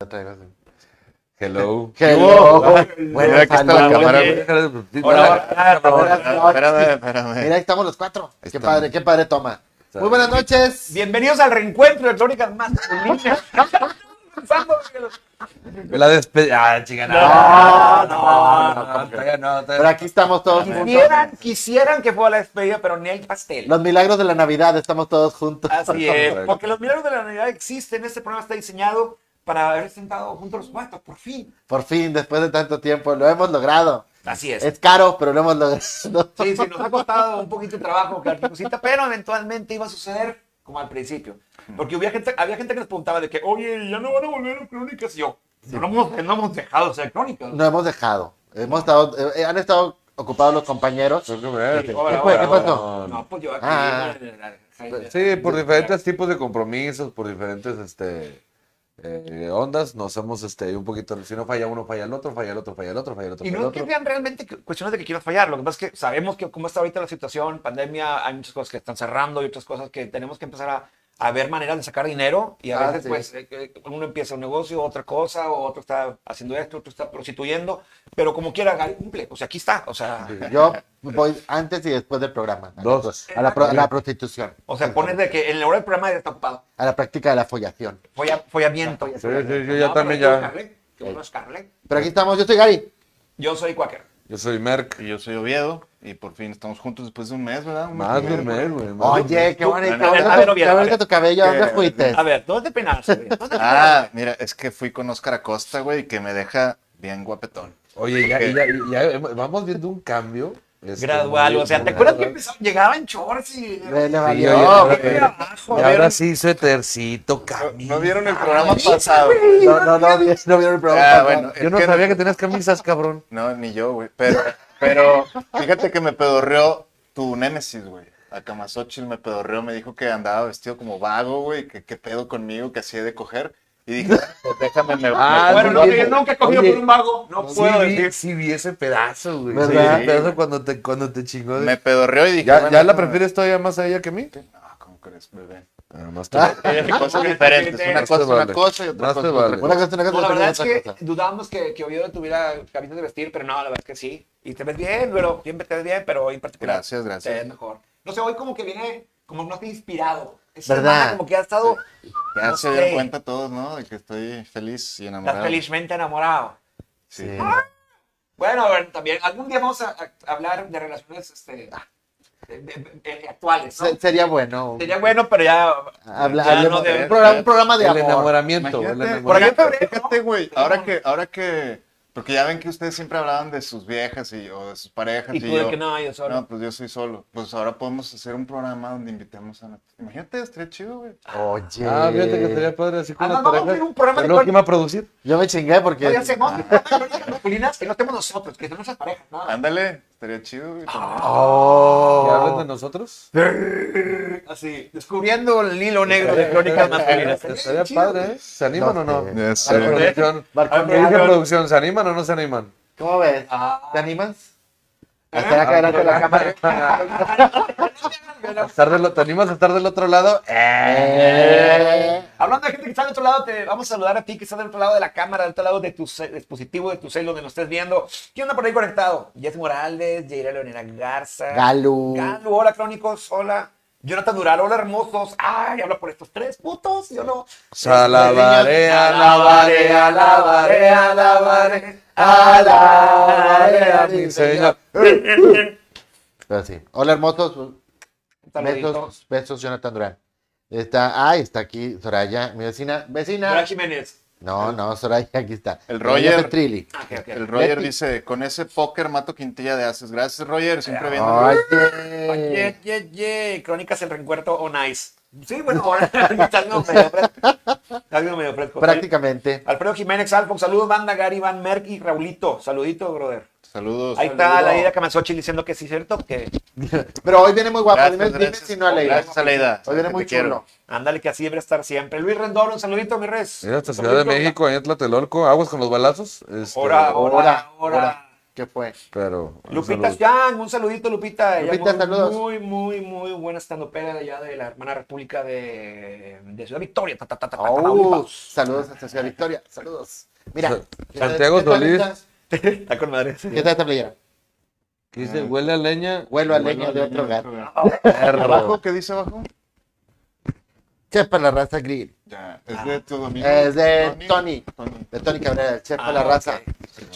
otra vez. Hello. Hello. Bueno, Mira aquí está la cámara. güey. Espérame, Mira, espérame. ahí estamos los cuatro. Qué Estamos. padre, qué padre toma. Muy buenas noches. Bienvenidos al reencuentro de Crónicas Masculinas. Pensando que los- La despe- Ah, chinga, no. No, No, no, no, no, todavía no, todavía Pero aquí estamos todos juntos. Quisieran, quisieran que fuera la despedida, pero ni el pastel. Los milagros de la Navidad, estamos todos juntos. Así es. Porque los milagros de la Navidad existen. Este programa está diseñado para haber sentado juntos los cuatro, por fin. Por fin, después de tanto tiempo, lo hemos logrado. Así es. Es caro, pero lo hemos logrado. Sí, sí, nos ha costado un poquito de trabajo, claro, que cosita, pero eventualmente iba a suceder como al principio. Porque había gente, había gente que nos preguntaba de que, oye, ya no van a volver a Crónicas. Y yo, no, hemos, no hemos dejado de ser Crónicas. No hemos dejado. Hemos estado, eh, han estado ocupados los compañeros. Espérate. Ahora, ¿Qué fue? ahora, ¿Qué ahora. pasó? No, pues yo aquí. Ah. Pues, Sí, por diferentes tipos de compromisos, por diferentes este, eh, ondas, nos hemos, este, un poquito, si no falla uno, falla el otro, falla el otro, falla el otro, falla el otro. Y falla no el es que otro. sean realmente que- cuestiones de que quieras fallar. Lo que pasa es que sabemos que como está ahorita la situación, pandemia, hay muchas cosas que están cerrando y otras cosas que tenemos que empezar a, a ver maneras de sacar dinero. Y a Ah, veces, sí. pues, eh, eh, uno empieza un negocio, otra cosa, o otro está haciendo esto, otro está prostituyendo. Pero como quiera, Gary cumple. O sea, aquí está. O sea, Yo voy antes y después del programa. A Dos. las A la, pro- a la prostitución. o sea pones de que en la hora del programa ya está ocupado. A la práctica de la follación. Folla- Follamiento. Sí, sí, yo ya también ya. ya. Pero aquí estamos, yo soy Gary. Yo soy Quaker. Yo soy Merck. Y yo soy Oviedo y por fin estamos juntos después de un mes, ¿verdad? Un mes Más y de un medio, mes, güey. más de un mes. Oye, qué Tú- bonito. a ver, qué a ver, Oviedo, a bonito ver. tu cabello, ¿dónde Que- fuiste? A ver, ¿dónde te peinaste? güey? ¿Dónde te Ah, mira, es que fui con Oscar Acosta, güey, que me deja bien guapetón. Oye, ya, ya, ya, ya vamos viendo un cambio. este, gradual. muy- O sea, muy ¿te acuerdas que gradual. empezaba, llegaba en shorts y. Le, le Sí, valió. oye, No, ahora- güey, eh, abajo, y a ver. ahora sí hizo tercito, camisa. ¿No vieron el programa pasado? no, no, no, vi- no vieron el programa. Ah, bueno. Yo no Es que- sabía que tenías camisas, cabrón. No, ni yo, güey. Pero, pero fíjate que me pedorreó tu némesis, güey. A Camasochil me pedorreó, me dijo que andaba vestido como vago, güey, que qué pedo conmigo, que hacía de coger. Y dije, pues déjame, me, me Ah, pongo Bueno, no, Oye, yo nunca he cogido oye, por un vago. No Sí puedo vi- decir. Sí vi ese pedazo, güey. ¿Verdad? Sí, ese Sí, pedazo güey. cuando te, cuando te chingó. de- Me pedorreó y dije, ¿Ya, bueno, ya la déjame- prefieres todavía más a ella que a mí? No, ¿cómo crees, bebé? Ah, más te vale. Cosas diferentes, una Más pues, cosa te es una vale. cosa y otra Más cosa te es otra vale. Una cosa, una cosa, No, la otra verdad es cosa. que dudábamos que, que Oviedo tuviera camisa de vestir, pero no, la verdad es que sí. Y te ves bien, pero siempre te ves bien, pero hoy en particular. Gracias, gracias. Te ves mejor. No sé, hoy como que viene, como no estoy inspirado. Esta ¿Verdad? semana Como que ha estado Ya No se dieron sé. cuenta todos, ¿no? De que estoy feliz y enamorado. estás Ah, felizmente enamorado. Sí. Sí. Bueno, a ver, también algún día vamos a, a hablar de relaciones este, de- de- de- actuales, ¿no? Se- sería bueno. Sería bueno, pero ya. Habla- ya hablemos no de- de- un, programa, un programa de El amor. enamoramiento. el Imagínate, Por enamoramiento. ejemplo, febrero, Fíjate, ¿no? güey, ahora que, ahora que, porque ya ven que ustedes siempre hablaban de sus viejas y, o de sus parejas. Y tú de yo, que no, yo solo. No, pues yo soy solo. Pues ahora podemos hacer un programa donde invitemos a... Imagínate, estaría chido, güey. Oye. Ah, fíjate que estaría padre así con Ah, una no, vamos a pareja. hacer un programa Es de lo cual- que iba a producir. Yo me chingué porque. Hoy hacemos crónicas masculinas que no estemos nosotros, que estemos nuestras parejas, nada más. Ándale, estaría chido, güey. Ah, también. ¿Que Oh. hablen de nosotros? Así, descubriendo el hilo negro de crónicas masculinas. Estaría Chido, padre, ¿eh? ¿Se animan No o no? sé. Ya sé. A la producción. Barco A ver, Negro. dice producción, ¿se animan o no se animan? ¿Cómo ves? Ah. ¿Te animas? Hasta acá adelante de la cámara. Estar del- ¿Te animas a estar del otro lado? Eh. Hablando de gente que está del otro lado, te vamos a saludar a ti que está del otro lado de la cámara, del otro lado de tu ce- dispositivo, de tu cel, donde nos estés viendo. ¿Quién anda por ahí conectado? Jess Morales, Jaira Leonera Garza. Galo. Galo, hola crónicos, hola. Jonathan Dural, hola hermosos. Ay, habla por estos tres putos, yo no. Salabaré, alabaré, alabaré, alabaré, alabaré a mi Señor. Pero sí. Hola, hermosos. Un saludito. Besos, besos, Jonathan Durán. Está, ay, está aquí Soraya, mi vecina. Vecina. Dora Jiménez. No, no, Soraya, aquí está. El Soraya Roger. Petrilli. Ah, ok, ok. El Roger Leti. dice, con ese póker mato Quintilla de haces. Gracias, Roger, Ah. siempre viendo. Oye. Ye, ye, ye. Crónicas el reencuentro on ice. Sí, bueno, ahora está algo medio fresco. Está algo medio fresco. Prácticamente. Alfredo Jiménez Alfon, saludos, banda Gary, Van Merck y Raulito. Saludito, brother. Saludos. Ahí está la idea Camasochi diciendo que sí, ¿cierto? Que Pero hoy viene muy guapo. Gracias, dime, dime gracias. si no Aleida. Gracias, Aleida. Hoy viene Te muy chulo. quiero. ándale, que así debe estar siempre. Luis Rendón, un saludito, mi res. Mira, hasta Un Ciudad de saludito. México, ahí en Tlatelolco, aguas con los balazos. este, Ahora, ahora, Ahora, ahora. ¿Qué fue? Pero. un Lupita saludo. Yang, un saludito, Lupita. Ella Lupita, muy, saludos. Muy, muy, muy buena estando peda de allá de la hermana república de, de Ciudad Victoria. ta, ta, ta, ta, ta, Oh, Tamaulipas. saludos hasta Ciudad Victoria. Saludos. Mira. Sa- ¿qué tal- Santiago qué tal Solís. esta- Está con madre. ¿Qué tal esta playera? ¿Qué Ah. dice? Huele a leña. Vuelo al Bueno, leño de otro gato. ¿Abajo? ¿Qué dice abajo? Chepa la raza grill. Ya, es de tu domingo. Ah. Es de Tony. Tony. De Tony Cabrera, el chef Ah, de la raza. ok.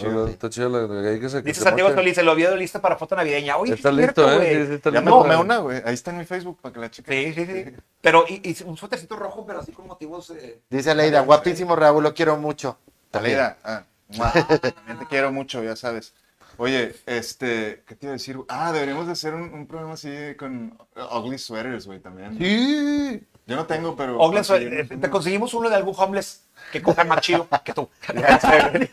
Hola, Está chido la- la- hay que se- que Dice se Santiago moche. Solís, el Oviedo listo para foto navideña. Oye, Está sí es listo, cierto, ¿eh? güey. Sí, sí está Ya me listo. tomé una, güey. Ahí está en mi Facebook para que la chequen. Sí, sí, sí. Pero y, y un suétercito rojo, pero así con motivos. eh, Dice Leida, guapísimo Raúl, lo quiero mucho. Talera. Ah, mua. También te quiero mucho, ya sabes. Oye, este, ¿qué te iba a decir? Ah, deberíamos de hacer un, un programa así con ugly sweaters, güey, también. Sí. Yo no tengo, pero... pues, homeless, eh, conseguimos te uno. conseguimos uno de algún homeless que cojan más chido que tú.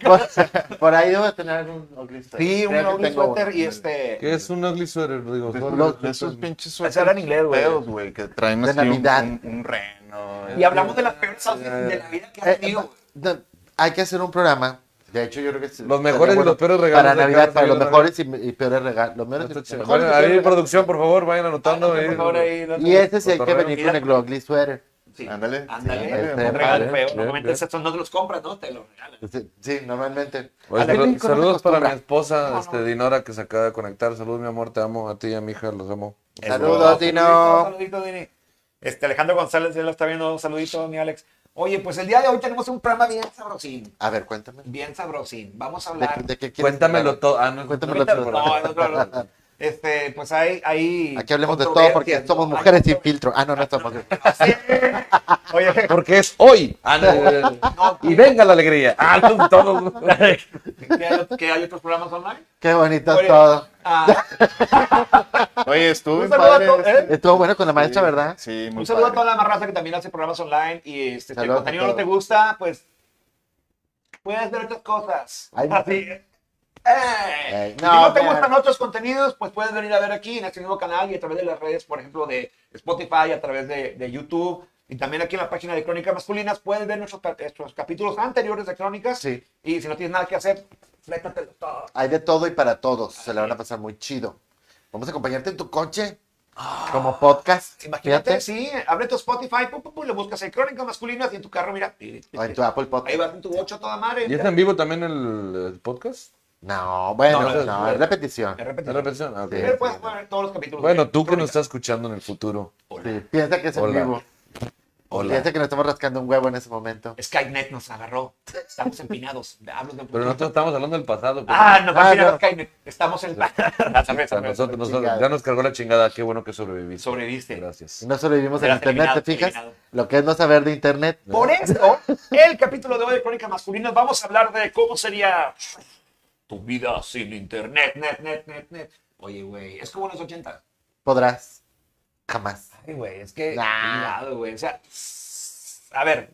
Por, por ahí debo tener un ugly sweater. sí, un Creo que homeless tengo uno. suéter y este. ¿Qué es un ugly sweater? Digo, De, sorry. los- de esos pinches suéteres habla en inglés, güey. feos, güey, que traen De así un, Navidad. un, un reno. Y hablamos de las peores outfits de la vida que Eh, has tenido. güey. no, hay que hacer un programa. De hecho, yo creo que sí. Los mejores y los peores regalos Para de Navidad, cada para los Navidad. mejores y, y peores regalos. Los mejores y Está los chido. mejores Bueno, y peores ahí, regalos. producción, por favor, vayan anotando. Por ahí. favor, ahí, no Y sé. ese sí hay que Cotorreo. venir con el ugly sweater. Sí. Ándale. Ándale. Sí, ándale. un regalo Bien, feo. bien, Normalmente bien. esos no te los compras, ¿no? Te los regalan. Sí, Sí, normalmente. Oye, A ver, sal- Nico, no te saludos para mi acostumbras. esposa, No, no. este, Dinora, que se acaba de conectar. Saludos, mi amor, te amo. A ti y a mi hija, los amo. Saludos, Dino. Saludito, Dini. Este Alejandro González ya lo está viendo. Un saludito, mi Alex. Oye, pues el día de hoy tenemos un programa bien sabrosín. A ver, cuéntame. Bien sabrosín. Vamos a ¿De, hablar. de qué quieres Cuéntamelo hablar? todo. Ah, no, Cuéntamelo Ahorita- todo. no, no, no, no. Este, pues hay, hay Aquí hablemos de todo porque controversias, somos ¿no? Hay mujeres sin contro- filtro. Ah, no, no estamos. Así es. Oye, Porque es hoy. Ah, no. y venga la alegría. Ah, no, todo. ¿qué hay, qué hay otros programas online? Qué bonito Oye, todo. Ah, este, Oye, estuvo Un bien saludo a padre to- este. ¿eh? Estuvo bueno con la maestra, ¿verdad? Sí, muy un saludo a padre. toda la marraza que también hace programas online y este, si el Saludos a contenido no te todos. gusta, pues puedes ver otras cosas. Ay, Así. no. Eh, no, si no te pero- gustan otros contenidos, pues puedes venir a ver aquí en este mismo canal y a través de las redes, por ejemplo, de Spotify, a través de, de YouTube y también aquí en la página de Crónicas Masculinas, puedes ver nuestros, pa- nuestros capítulos anteriores de Crónicas. Sí. Y si no tienes nada que hacer, flétatelo todo. Hay de todo y para todos. Se la van a pasar muy chido. Vamos a acompañarte en tu coche. Como podcast. Ah, Imagínate, fíjate. sí, abre tu Spotify, pum, pum, pum, le buscas en Crónicas Masculinas y en tu carro, mira. O en tu Apple Ahí Podcast. vas en tu bocho toda madre. ¿Y está en vivo también el, el podcast? No, bueno, pues No, no, no, no. es repetición. De repente. ¿La repetición? Ah, ok. Sí. Pero pues, puedes ver todos los capítulos. Bueno, de tú que nos Crónicas. estás escuchando en el futuro. Sí, piensa que es en Hola. vivo. Hola. Piensa que nos estamos rascando un huevo en ese momento. Skynet nos agarró. Estamos empinados. Hablo de un Pero nosotros estamos hablando del pasado. pues. Ah, nos va a Ah, empinar no. Skynet. Estamos en la. pues, O sea, nosotros, nosotros- chingada. ya nos cargó la chingada. Qué bueno que sobreviviste. Sobreviviste. Y Gracias. no sobrevivimos en Eras internet, ¿te eliminado, fijas? eliminado. Lo que es no saber de internet. Por eso, el capítulo de hoy de Crónicas Masculinas, vamos a hablar de cómo sería tu vida sin internet, net, net, net, net. Oye, güey, es como los 80. Podrás. Jamás. Ay, güey, es que. Nah. Cuidado, güey. O sea, a ver,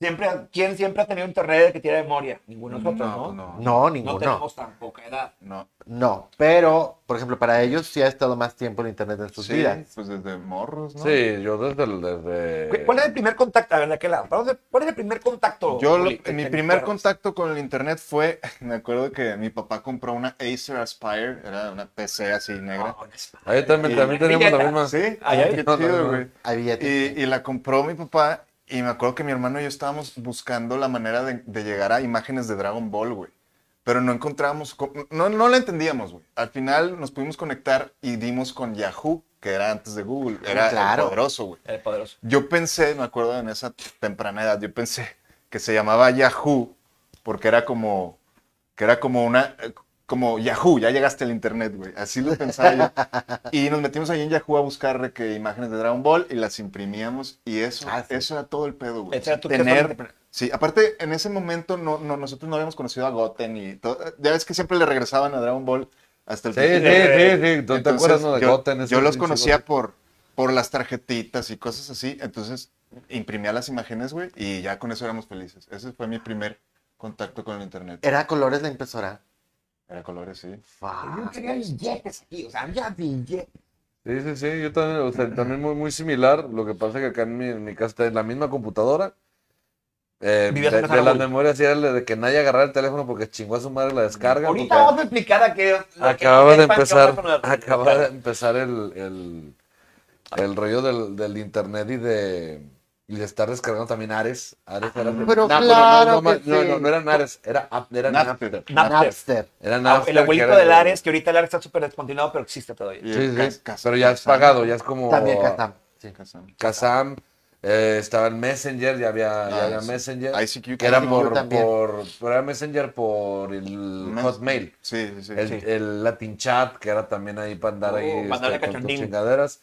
siempre, ¿quién siempre ha tenido internet que tiene memoria? Ninguno de nosotros, ¿no? No, pues no, No, No ninguno. tenemos tan poca edad. no. No, pero, por ejemplo, para ellos sí ha estado más tiempo el internet en sus Sí, vidas. pues desde morros, ¿no? Sí, yo desde. el- desde... ¿Cu- ¿Cuál es el primer contacto? A ver, ¿de qué lado? Vamos de- ¿Cuál es el primer contacto? Yo, lo- Juli, que mi te primer acuerdas? contacto con el internet fue, me acuerdo que mi papá compró una Acer Aspire, era una PC así negra. No, no es- Ahí también, también tenemos la misma. Sí, Ay, ay. qué No, no, chido, no. güey. Hay billetes. Y, y la compró mi papá y me acuerdo que mi hermano y yo estábamos buscando la manera de, de llegar a imágenes de Dragon Ball, güey. Pero no encontrábamos, co- no, no la entendíamos, güey. Al final nos pudimos conectar y dimos con Yahoo, que era antes de Google. Era el Claro. poderoso, güey. El poderoso. Yo pensé, me acuerdo en esa temprana edad, yo pensé que se llamaba Yahoo porque era como, que era como una, eh, como Yahoo, ya llegaste al internet, güey. Así lo pensaba yo. Y nos metimos ahí en Yahoo a buscar de que imágenes de Dragon Ball y las imprimíamos y eso, Ah, sí. eso era todo el pedo, güey. Ese era tu Tener, testamento. sí, aparte en ese momento no, no, nosotros no habíamos conocido a Goten y todo, ya ves que siempre le regresaban a Dragon Ball hasta el Sí, sí, principio. sí, sí. ¿Tú te Entonces, acuerdas no, de yo, Goten? ese yo los pinche conocía por, por las tarjetitas y cosas así. Entonces imprimía las imágenes, güey, y ya con eso éramos felices. Ese fue mi primer contacto con el internet. Era colores la impresora. Era colores, sí. Ah, Yo Fuck. quería billetes aquí, o sea, había billetes. Sí, sí, sí, yo también, o sea, también muy, muy similar. Lo que pasa es que acá en mi, en mi casa está en la misma computadora Eh, de, Vivías en casa de las Raúl. memorias era la de que nadie agarrara el teléfono porque chingó a su madre la descarga. Ahorita porque vamos a explicar a qué. a qué- acababa a qué de expansión empezar, va con Ah, la- acababa de empezar el, el, el rollo del, del internet y de, y de estar descargando también Ares. Ares era- pero no, no, claro no, no, que no, sí. no, no eran Ares, era, Ap- era Napster. Napster. Napster. Napster. Era Ah, Napster, El que abuelito era del el- Ares, que ahorita el Ares está súper descontinuado, pero existe todavía. Y Sí, el sí, Cas- Cas- pero ya es Kazam. pagado, ya es como... Oh. También Kazam. Sí. Kazam. Kazam, eh, estaba el Messenger, ya había, ya Ah, había sí. Messenger. ICQ que era también. por, ICQ también. por, pero era Messenger por el Mes- Hotmail. Sí, sí, sí. El, el Latin Chat, que era también ahí para andar Oh, ahí este, para andarle con tus cachondín. chingaderas.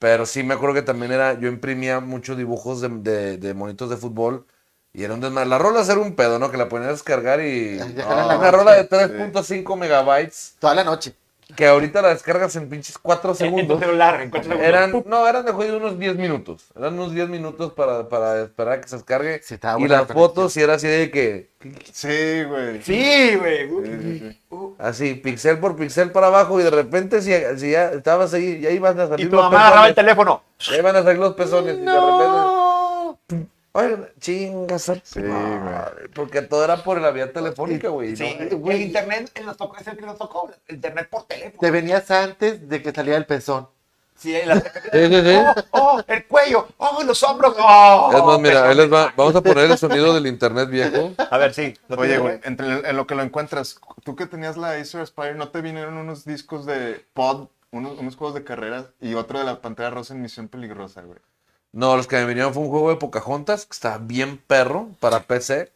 Pero sí me acuerdo que también era, yo imprimía muchos dibujos de, de, de monitos de fútbol. Y era un desmadre. La rola era un pedo, ¿no? Que la ponías a descargar y... Ay, Ah, dejarla en la una noche, rola de sí. 3.5 megabytes, Toda la noche. que ahorita la descargas en pinches 4 En tu segundos. celular, en cuatro segundos. Eran, no, eran de juego de unos 10 minutos. Eran unos 10 minutos para, para esperar a que se descargue. Sí, estaba y buena las la fotos, y era así de que, Sí, güey. Sí, güey. Uh, Sí, sí, sí. uh. así, pixel por pixel para abajo, y de repente, si, si ya estabas ahí, ya iban a salir Y tu los mamá agarraba el pezones. teléfono. Ya iban a salir los pezones, y de repente. Oigan, chingas, a tu Sí, madre, Porque todo era por la vía telefónica, güey. Sí, ¿no? el internet eh, nos tocó, es el que nos tocó, el internet por teléfono. Te venías antes de que saliera el pezón. Sí, la- sí, sí. Oh, oh, el cuello, oh, los hombros. Oh, ¿Eh? Es más, mira, perdón. ahí les va- vamos a poner el sonido del internet viejo. A ver, sí. lo Oye, tienes, güey, entre- en lo que lo encuentras, tú que tenías la Acer Aspire, ¿no te vinieron unos discos de pod, unos, unos juegos de carreras y otro de la pantera rosa en Misión Peligrosa, güey? No, los que me vinieron fue un juego de Pocahontas que estaba bien perro para PC.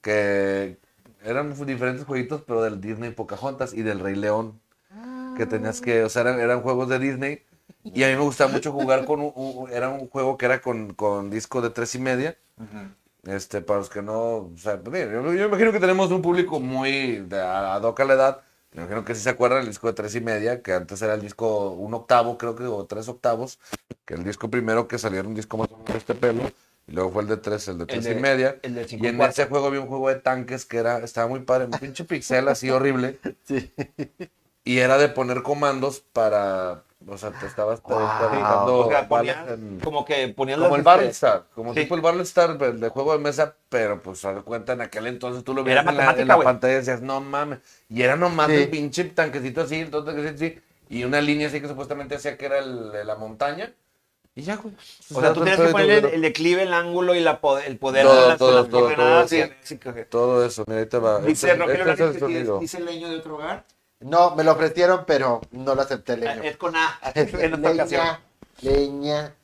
Que eran diferentes jueguitos, pero del Disney Pocahontas y del Rey León. Que tenías que, o sea, eran, eran juegos de Disney. Y a mí me gustaba mucho jugar con un, un- era un juego que era con, con disco de tres y media. Este, para los que no, o sea, pues, mira, yo, yo imagino que tenemos un público muy de, a- ad hoc a la edad. Me imagino que sí se acuerdan del disco de tres y media, que antes era el disco un octavo, creo que, o tres octavos, que el disco primero que salió era un disco más o menos de este pelo, y luego fue el de tres, el de tres de- y media. el de cinco y y en cuarto. ese juego había un juego de tanques que era, estaba muy padre, un pinche pixel así horrible. Sí. Y era de poner comandos para, o sea, te estabas te- te Wow. aventando O sea, balas ponías, en- como que ponías como las- este, el Battlestar, como Sí. tipo el Battlestar el de juego de mesa, pero pues a cuenta en aquel entonces tú lo Era veías en la, matemática, en la güey. pantalla y decías, no mames. Y era nomás Sí. el pinche tanquecito así, el tanquecito así, y una línea así que supuestamente hacía que era el de la montaña. Y ya, güey. O sea, tú tienes que poner el, el declive, el ángulo y la po- el poder de las, Todo, todo, las todo, coordenadas. todo, y- sí. sí, que- Todo eso, mira, ahí te va. Dice Este- Rogelio este es el Larín que sí sonido. es- dice el leño de otro hogar. No, me lo ofrecieron, pero no lo acepté, Ah, Es leño. con A, en otra ocasión. leña, leña.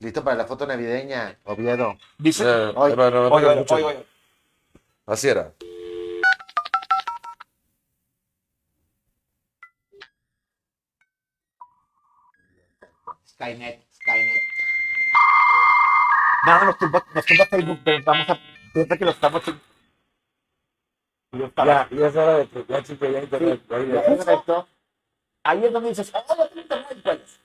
Listo para la foto navideña, Oviedo. Eh, Dice. ahí Oye, va, no, no, Oye, no, oye, escucha. oye, oye. Así era. Skynet, Skynet. Nada, nos tumba, nos tumba Facebook, pero vamos a. Piensa que lo estamos. Lo estamos- ya es hora de que ya chique, ya internet. ¿Ya se conectó? Ahí es donde dices, ¡ah, ya tengo internet! pues".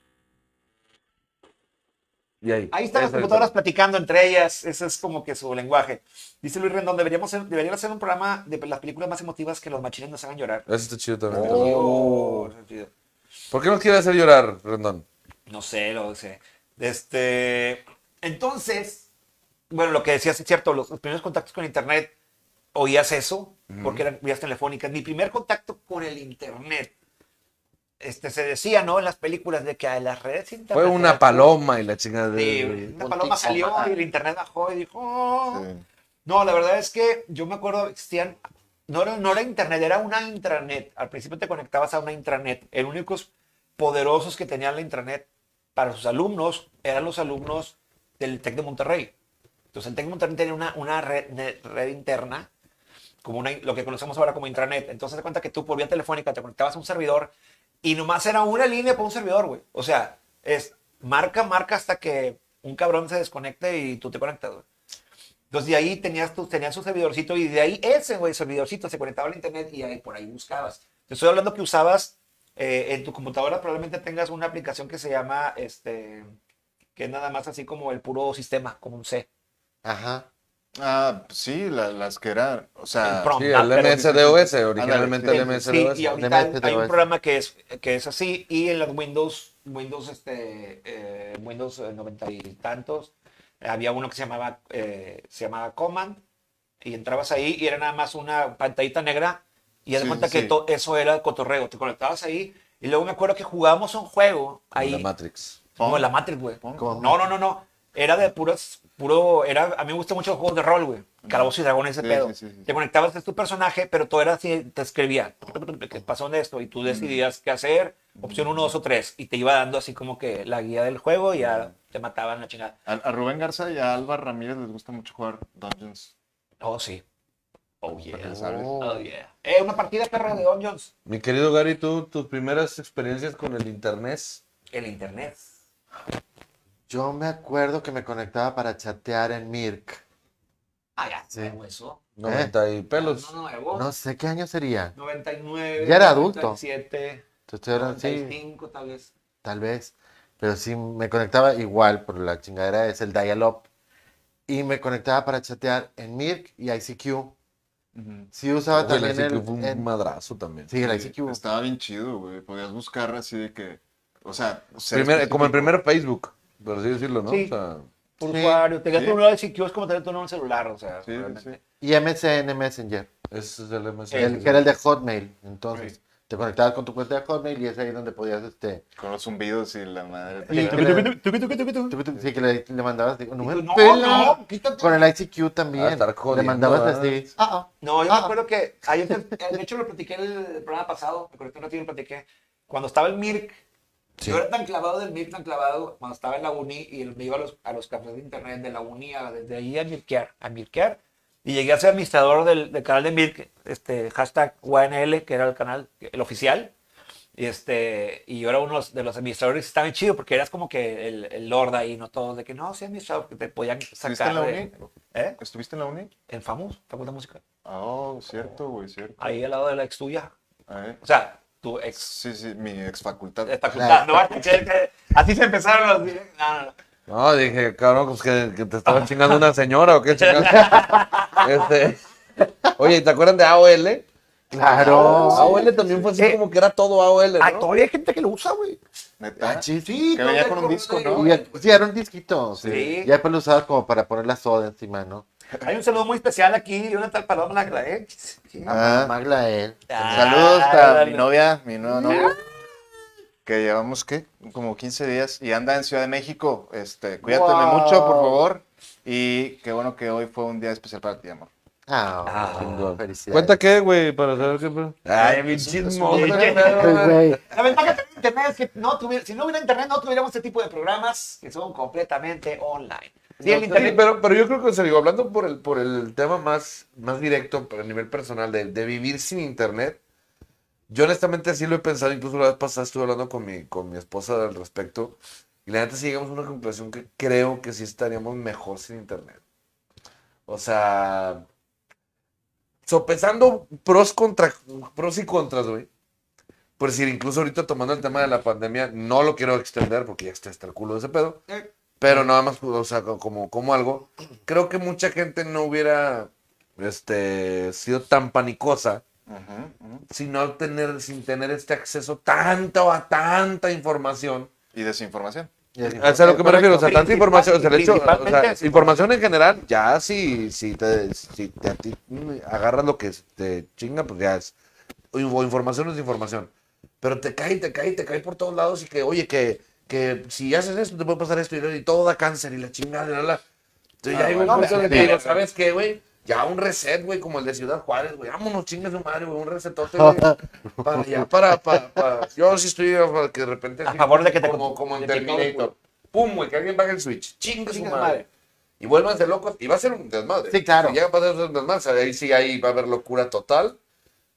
Y ahí. Ahí están las está el- computadoras platicando entre ellas. Ese es como que su lenguaje. Dice Luis Rendón, deberíamos ser- deberían hacer un programa de las películas más emotivas que los machines nos hagan llorar. Eso está chido también. Oh. ¿Por qué nos quiere hacer llorar, Rendón? No sé, lo sé. Este, entonces, bueno, lo que decías es cierto, los, los primeros contactos con internet, oías eso, porque eran vías telefónicas. Mi primer contacto con el internet, este, se decía, ¿no? En las películas de que a las redes Fue internet... una paloma y la chingada de. Sí, una un paloma tico, salió ajá. y el internet bajó y dijo... "Oh". Sí. No, la verdad es que yo me acuerdo, existían, no era, no era internet, era una intranet. Al principio te conectabas a una intranet. El únicos poderosos que tenían la intranet para sus alumnos eran los alumnos del TEC de Monterrey. Entonces el TEC de Monterrey tenía una, una red, ne- red interna, como una, lo que conocemos ahora como intranet. Entonces te cuenta que tú por vía telefónica te conectabas a un servidor y nomás era una línea para un servidor, güey. O sea, es marca, marca hasta que un cabrón se desconecte y tú te conectas, güey. Entonces, de ahí tenías, tu, tenías su servidorcito y de ahí ese güey, servidorcito se conectaba al internet y ahí, por ahí buscabas. Te estoy hablando que usabas eh, en tu computadora, probablemente tengas una aplicación que se llama, este, que es nada más así como el puro sistema, como un C. Ajá. Ah, sí, la- las que eran, o sea, El prom. Sí, Ah, el pero- MSDOS, originalmente Ándale, el Sí, MSDOS. y ahorita hay, DMS, hay un DMS. programa que es, que es así y en los Windows, Windows, este, eh, Windows eh, 90 y tantos, Había uno que se llamaba, eh, se llamaba Command y entrabas ahí y era nada más una pantallita negra y haz de Sí, cuenta sí, que sí. to- eso era cotorreo. Te conectabas ahí y luego me acuerdo que jugábamos un juego ahí. La Matrix. Como la Matrix, güey. Como- No, no, no, no. Era de puras, puro, era, a mí me gustan mucho los juegos de rol, güey. Calabozo y dragón, ese Sí, pedo. sí, sí, sí. Te conectabas a tu personaje, pero todo era así, te escribía, ¿qué pasó en esto? Y tú decidías qué hacer, opción 1, 2 o 3. Y te iba dando así como que la guía del juego y ya te mataban la chingada. A, a Rubén Garza y a Alba Ramírez les gusta mucho jugar Dungeons. Oh, sí. Oh, yeah. Porque sabes. Oh, yeah. Eh, una partida, perro, de Dungeons. Mi querido Gary, ¿tú, tus primeras experiencias con el internet. Eh. El internet. Yo me acuerdo que me conectaba para chatear en Mirk. Ah, ya. Sí. nuevo eso. 90 y pelos. No, nuevo. No sé qué año sería. 99. Ya era adulto. 97, Entonces era- sí, 95, tal vez. tal vez. Pero sí me conectaba igual, por la chingadera es el dial-up. Y me conectaba para chatear en Mirk y ICQ. Eh, Sí usaba Oye, también la ICQ el... fue un en- madrazo también. Sí, el Sí, ICQ. Estaba bien chido, güey. Podías buscar así de que. O sea, ser Primer- como el específico. primer Facebook, por así decirlo, ¿no? Sí. O sea, por Sí, usuario. Tenías sí. tu celular de Siquio es como tener tu nombre en celular, o sea, Sí, sí, realmente. sí. Y MSN Messenger, ese es el MSN. el, que era el de Hotmail. Entonces, te conectabas con tu cuenta de Hotmail y es ahí donde podías, este... Con los zumbidos y la madre. Sí, Tucu, que le- tucu, tucu, tucu, tucu, tucu. tú- tú- Sí, que le, le mandabas... digo, No, me Y tú, no, pela. no, quítate. Con el ICQ A también. estar jodiendo, le mandabas ¿verdad? así. Ah, ah. No, yo Ah. me acuerdo que ayer, te- eh, de hecho lo platiqué en el programa pasado, me conecté un ratito y lo platiqué. Cuando estaba el Mirk, yo era tan clavado del Mirk, tan clavado, cuando estaba en la uni y me iba a los, a los cafés de internet de la uni, a- desde ahí a Mirkear, a Mirkear. Y llegué a ser administrador del, del canal de Mirk, este, hashtag YNL, que era el canal, el oficial. Y, este, y yo era uno de los- de los administradores y estaba bien chido porque eras como que el, el lord ahí, no todos de que no, sí administrador, que te podían sacar. en la de- ¿Eh? ¿Estuviste en la uni? En FAMUS, Facultad de Música. Ah, Oh, cierto, güey, cierto. Ahí al lado de la ex tuya. Ahí. O sea, tu ex Sí, sí, mi ex facultad. de facultad. No, que- que- así se empezaron los. No, no, no. No, dije, cabrón, pues que, que te estaba chingando una señora o qué chingados. Este, Oye, ¿te acuerdan de AOL? Claro. Ah, AOL también fue así Eh, como que era todo AOL, ¿no? Ay, todavía hay gente que lo usa, güey. Neta. Ah, sí, sí. que venía con un disco, ¿no? Y el- sí, era un disquito. Sí. Sí. Ya después lo usabas como para poner la soda encima, ¿no? Hay un saludo muy especial aquí de una tal Paloma Laglaé. Ah, Ah. Magla él. Ah, Saludos a dale. mi novia, mi nueva novia. Que llevamos, ¿qué? Como 15 días y anda en Ciudad de México. Este, cuídateme Wow. mucho, por favor. Y qué bueno que hoy fue un día especial para ti, amor. Ah, Ah, Chingón. felicidades. ¿Cuenta qué, güey? Para saber qué. fue. Ay, bien chismoso. Ay, güey. La ventaja de internet es que no tuviera, si no hubiera internet, no tuviéramos este tipo de programas que son completamente online. Sí, el Sí, internet. pero, pero yo creo que, se digo, hablando por el, por el tema más, más directo a nivel personal de, de vivir sin internet, yo honestamente así lo he pensado, incluso la vez pasada estuve hablando con mi, con mi esposa al respecto, y la neta sí llegamos a una conclusión que creo que sí estaríamos mejor sin internet. O sea, sopesando pros, contra, pros y contras, güey. Por decir, incluso ahorita tomando el tema de la pandemia, no lo quiero extender porque ya está hasta el culo de ese pedo Eh, pero nada más o sea, co- como, como algo. Creo que mucha gente no hubiera este, sido tan panicosa Ujú, ujú. sin, no tener, sin tener este acceso tanto a tanta información. Y desinformación. Eh, O sea, a lo que me refiero, o sea, tanta Principal- información, o sea, el hecho, o sea, principalmente- información en general, ya si, si, te, si te- a ti, mm, agarras lo que te chinga, pues ya es, o in- o información es información, pero te cae, te cae, te cae por todos lados y que, oye, que, que si haces esto te puede pasar esto y, y todo da cáncer y la chingada, y la, la. Entonces ya Ah, digo, bueno, no, sí, que sí. digo, ¿sabes qué, güey? Ya un reset, güey, como el de Ciudad Juárez, güey, vámonos, chinga su madre, güey, un resetote, güey, para allá, para, para, para, yo sí estoy a favor que de repente A favor de que te- como, como en de que todo Terminator. Pum, güey, que alguien baje el switch. Chinga su Chinga madre. su madre. Y vuélvanse locos. Y va a ser un desmadre. Sí, claro. Si llega a pasar un desmadre, o sea, ahí sí ahí va a haber locura total.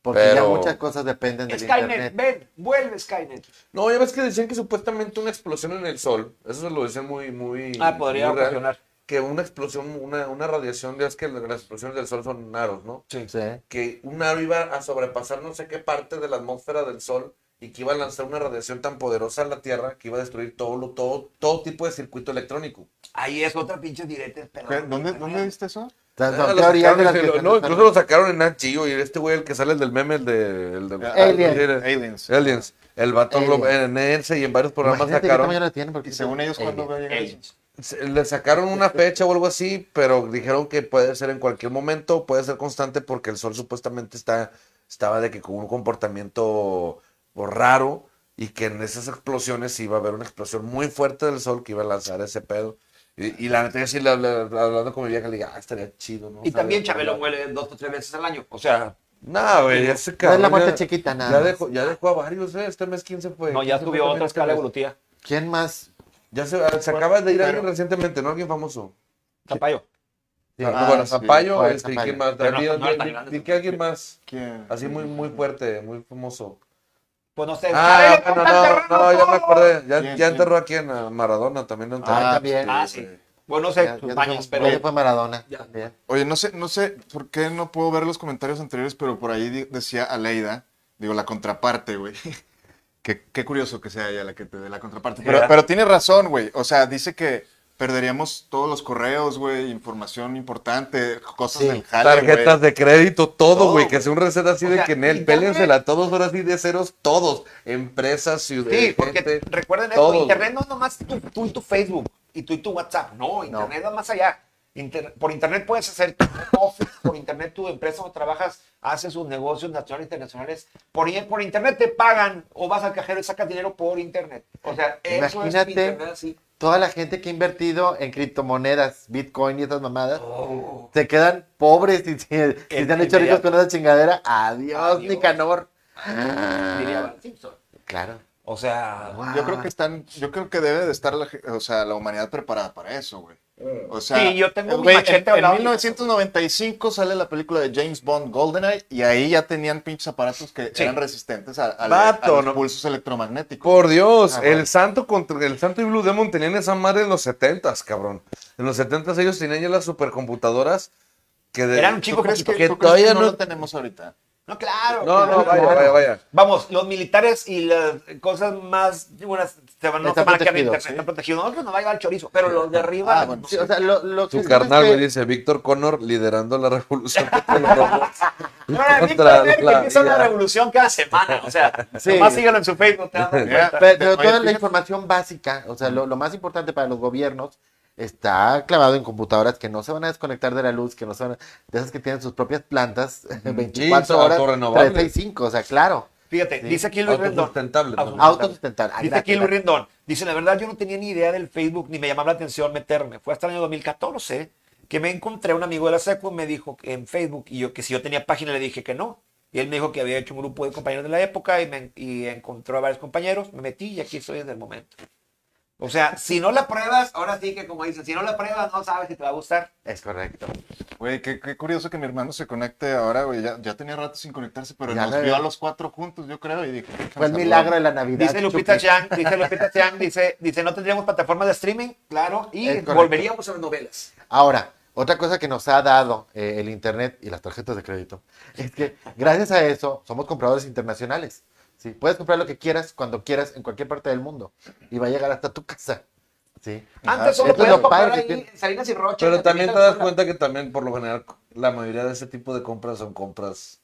Porque ya Pero- muchas cosas dependen del Skynet, internet. ven, vuelve Skynet. No, ya ves que decían que supuestamente una explosión en el sol. Eso se lo decían muy, muy. Ah, podría muy real, ocasionar. Que una explosión, una, una radiación, ya ves que las explosiones del sol son aros, ¿no? Sí. que un aro iba a sobrepasar no sé qué parte de la atmósfera del Sol y que iba a lanzar una radiación tan poderosa a la Tierra que iba a destruir todo, lo- todo, todo tipo de circuito electrónico. Ahí es otra pinche direte. pero- ¿Qué? ¿Dónde, ¿Dónde viste eso? Son- son Ah, lo teorías sacaron, de las sí, que lo- se no, nos incluso lo sacaron en Nat Geo y este güey el que sale el del meme, el de... El de- Alien. el- el- Ah, Aliens. Aliens. El batón lo- Alien. en ese y en varios salen. programas Imagínate qué sacaron. tamaño la tienen, porque- Y según ellos, ¿cuándo va a llegar eso? Aliens. se- le sacaron una Este fecha o algo así, pero dijeron que puede ser en cualquier momento, puede ser constante porque el sol supuestamente está, estaba de que con un comportamiento pues, raro y que en esas explosiones iba a haber una explosión muy fuerte del sol que iba a lanzar ese pedo. Y, y la neta, yo sí, la- la- la- hablando con mi vieja, le dije, ah, estaría chido, ¿no? Y O sea, también de- Chabelo muere dos o tres veces al año. O sea, No, güey, ya se No cabrón. es la muerte ya- chiquita, nada. Ya más. dejó, ya dejó a varios, ¿eh? Este mes 15 fue. no, ya 15 fue subió otra también escala este mes. evolutiva. ¿Quién más? Ya se, se acaba de ir alguien Pero- recientemente, ¿no? Alguien famoso. Zapayo. Ah, ah, bueno, sí, Zapallo, fue este, ¿y Zapallo. quién más? Pero no, Di- no era di- tan di- grande. di que alguien más. ¿Quién? Así muy, muy fuerte, muy famoso. Pues no sé. Ah, ¡Ay, bueno, no, está no, enterrando ya me todo! acordé. Ya, ¿Quién, ya quién? enterró aquí en a Maradona también. este, lo enterró. Ah, también. Ah, sí. Bueno, no sé, Ya- tus ya baños, fue- pero. ya fue Maradona. Ya. también. Oye, no sé, no sé por qué no puedo ver los comentarios anteriores, pero por ahí di- decía Aleida, digo, la contraparte, güey. qué, qué curioso que sea ella la que te dé la contraparte. Pero, Ya. pero tiene razón, güey. O sea, dice que perderíamos todos los correos, güey, información importante, cosas Sí, del jale, güey. Tarjetas de crédito, todo, Todo, güey. Que sea un reset así O de sea, que en él. internet. Péliensela todos, ahora sí de ceros, todos. Empresas, ciudades. Sí, porque recuerden esto, todos, internet no es nomás tú, tú y tu Facebook y tú y tu WhatsApp, no, internet va más allá. Inter- por internet puedes hacer tu home office, por internet tu empresa donde trabajas, haces sus negocios nacionales, e internacionales, por, in- por internet te pagan o vas al cajero y sacas dinero por internet. O sea, eso es Imagínate. internet así. Toda la gente que ha invertido en criptomonedas, Bitcoin y esas mamadas, Oh. se quedan pobres y se, y se han hecho inmediato. ricos con esa chingadera. Adiós, Adiós. Nicanor. Diría Bart Simpson. Claro. Ah, O sea, Yo creo que están, yo creo que debe de estar la, ge- o sea, la humanidad preparada para eso, güey. O sea, eh, Sí, yo tengo mi güey, machete en, al en lado. 1995 sale la película de James Bond Goldeneye y ahí ya tenían pinches aparatos que Sí. eran resistentes a, a- Vato, a los ¿no? pulsos electromagnéticos. Por Dios, Ah, el bueno. Santo contra el Santo y Blue Demon tenían esa madre en los 70s, cabrón. En los 70s ellos tenían ya las supercomputadoras que de- Eran ¿Tú Chico, crees poquito, que, que tú crees todavía que no, no- lo tenemos ahorita? no, claro. No, no, claro, vaya, claro. vaya, vaya. Vamos, los militares y las cosas más, bueno, se van, no Están se van a quedar en protegidos, internet, ¿sí? están protegidos. Nosotros nos va a llevar el chorizo, pero los de arriba, Ah, bueno. Sí, o sea, lo, lo que Su sí carnal, Pues es güey, que- dice Víctor Connor liderando la revolución contra los robots. Ahora, Víctor Contra Merkel, la que hizo una IA. revolución cada semana. O sea, Sí. nomás síganlo en su Facebook. te vas a dar Mira, cuenta. Pero, pero oye, toda la fíjate- información básica, o sea, lo, lo más importante para los gobiernos está clavado en computadoras que no se van a desconectar de la luz, que no se van a- de esas que tienen sus propias plantas 24 son horas, autorrenovables. 365, o sea, claro, Fíjate, Sí. dice aquí Luis Rendón. Autosustentable también. autosustentable. Ah, Dice gracias, aquí Luis gracias. Rendón. Dice, la verdad, yo no tenía ni idea del Facebook, ni me llamaba la atención meterme. Fue hasta el año 2014 que me encontré un amigo de la SECU, me dijo que en Facebook, y yo que si yo tenía página le dije que no. Y él me dijo que había hecho un grupo de compañeros de la época y, me, y encontró a varios compañeros, me metí y aquí estoy desde el momento. O sea, si no la pruebas, ahora sí que como dicen, si no la pruebas, no sabes si te va a gustar. Es correcto. Güey, qué, qué curioso que mi hermano se conecte ahora, güey. Ya, ya tenía rato sin conectarse, pero Ya nos me- vio a los cuatro juntos, yo creo, y dije... Fue el milagro de la Navidad. Dice Lupita Chucky. Chang, dice Lupita Chang, dice, dice, no tendríamos plataformas de streaming, claro, y Es correcto. volveríamos a las novelas. Ahora, otra cosa que nos ha dado eh, el Internet y las tarjetas de crédito es que gracias a eso somos compradores internacionales. ¿sí? Puedes comprar lo que quieras, cuando quieras, en cualquier parte del mundo y va a llegar hasta tu casa. ¿sí? Antes solo Esto es podías lo padre comprar que ahí tiene. en Salinas y Rocha. Pero en también la te das tienda. cuenta que también, por lo general, la mayoría de ese tipo de compras son compras.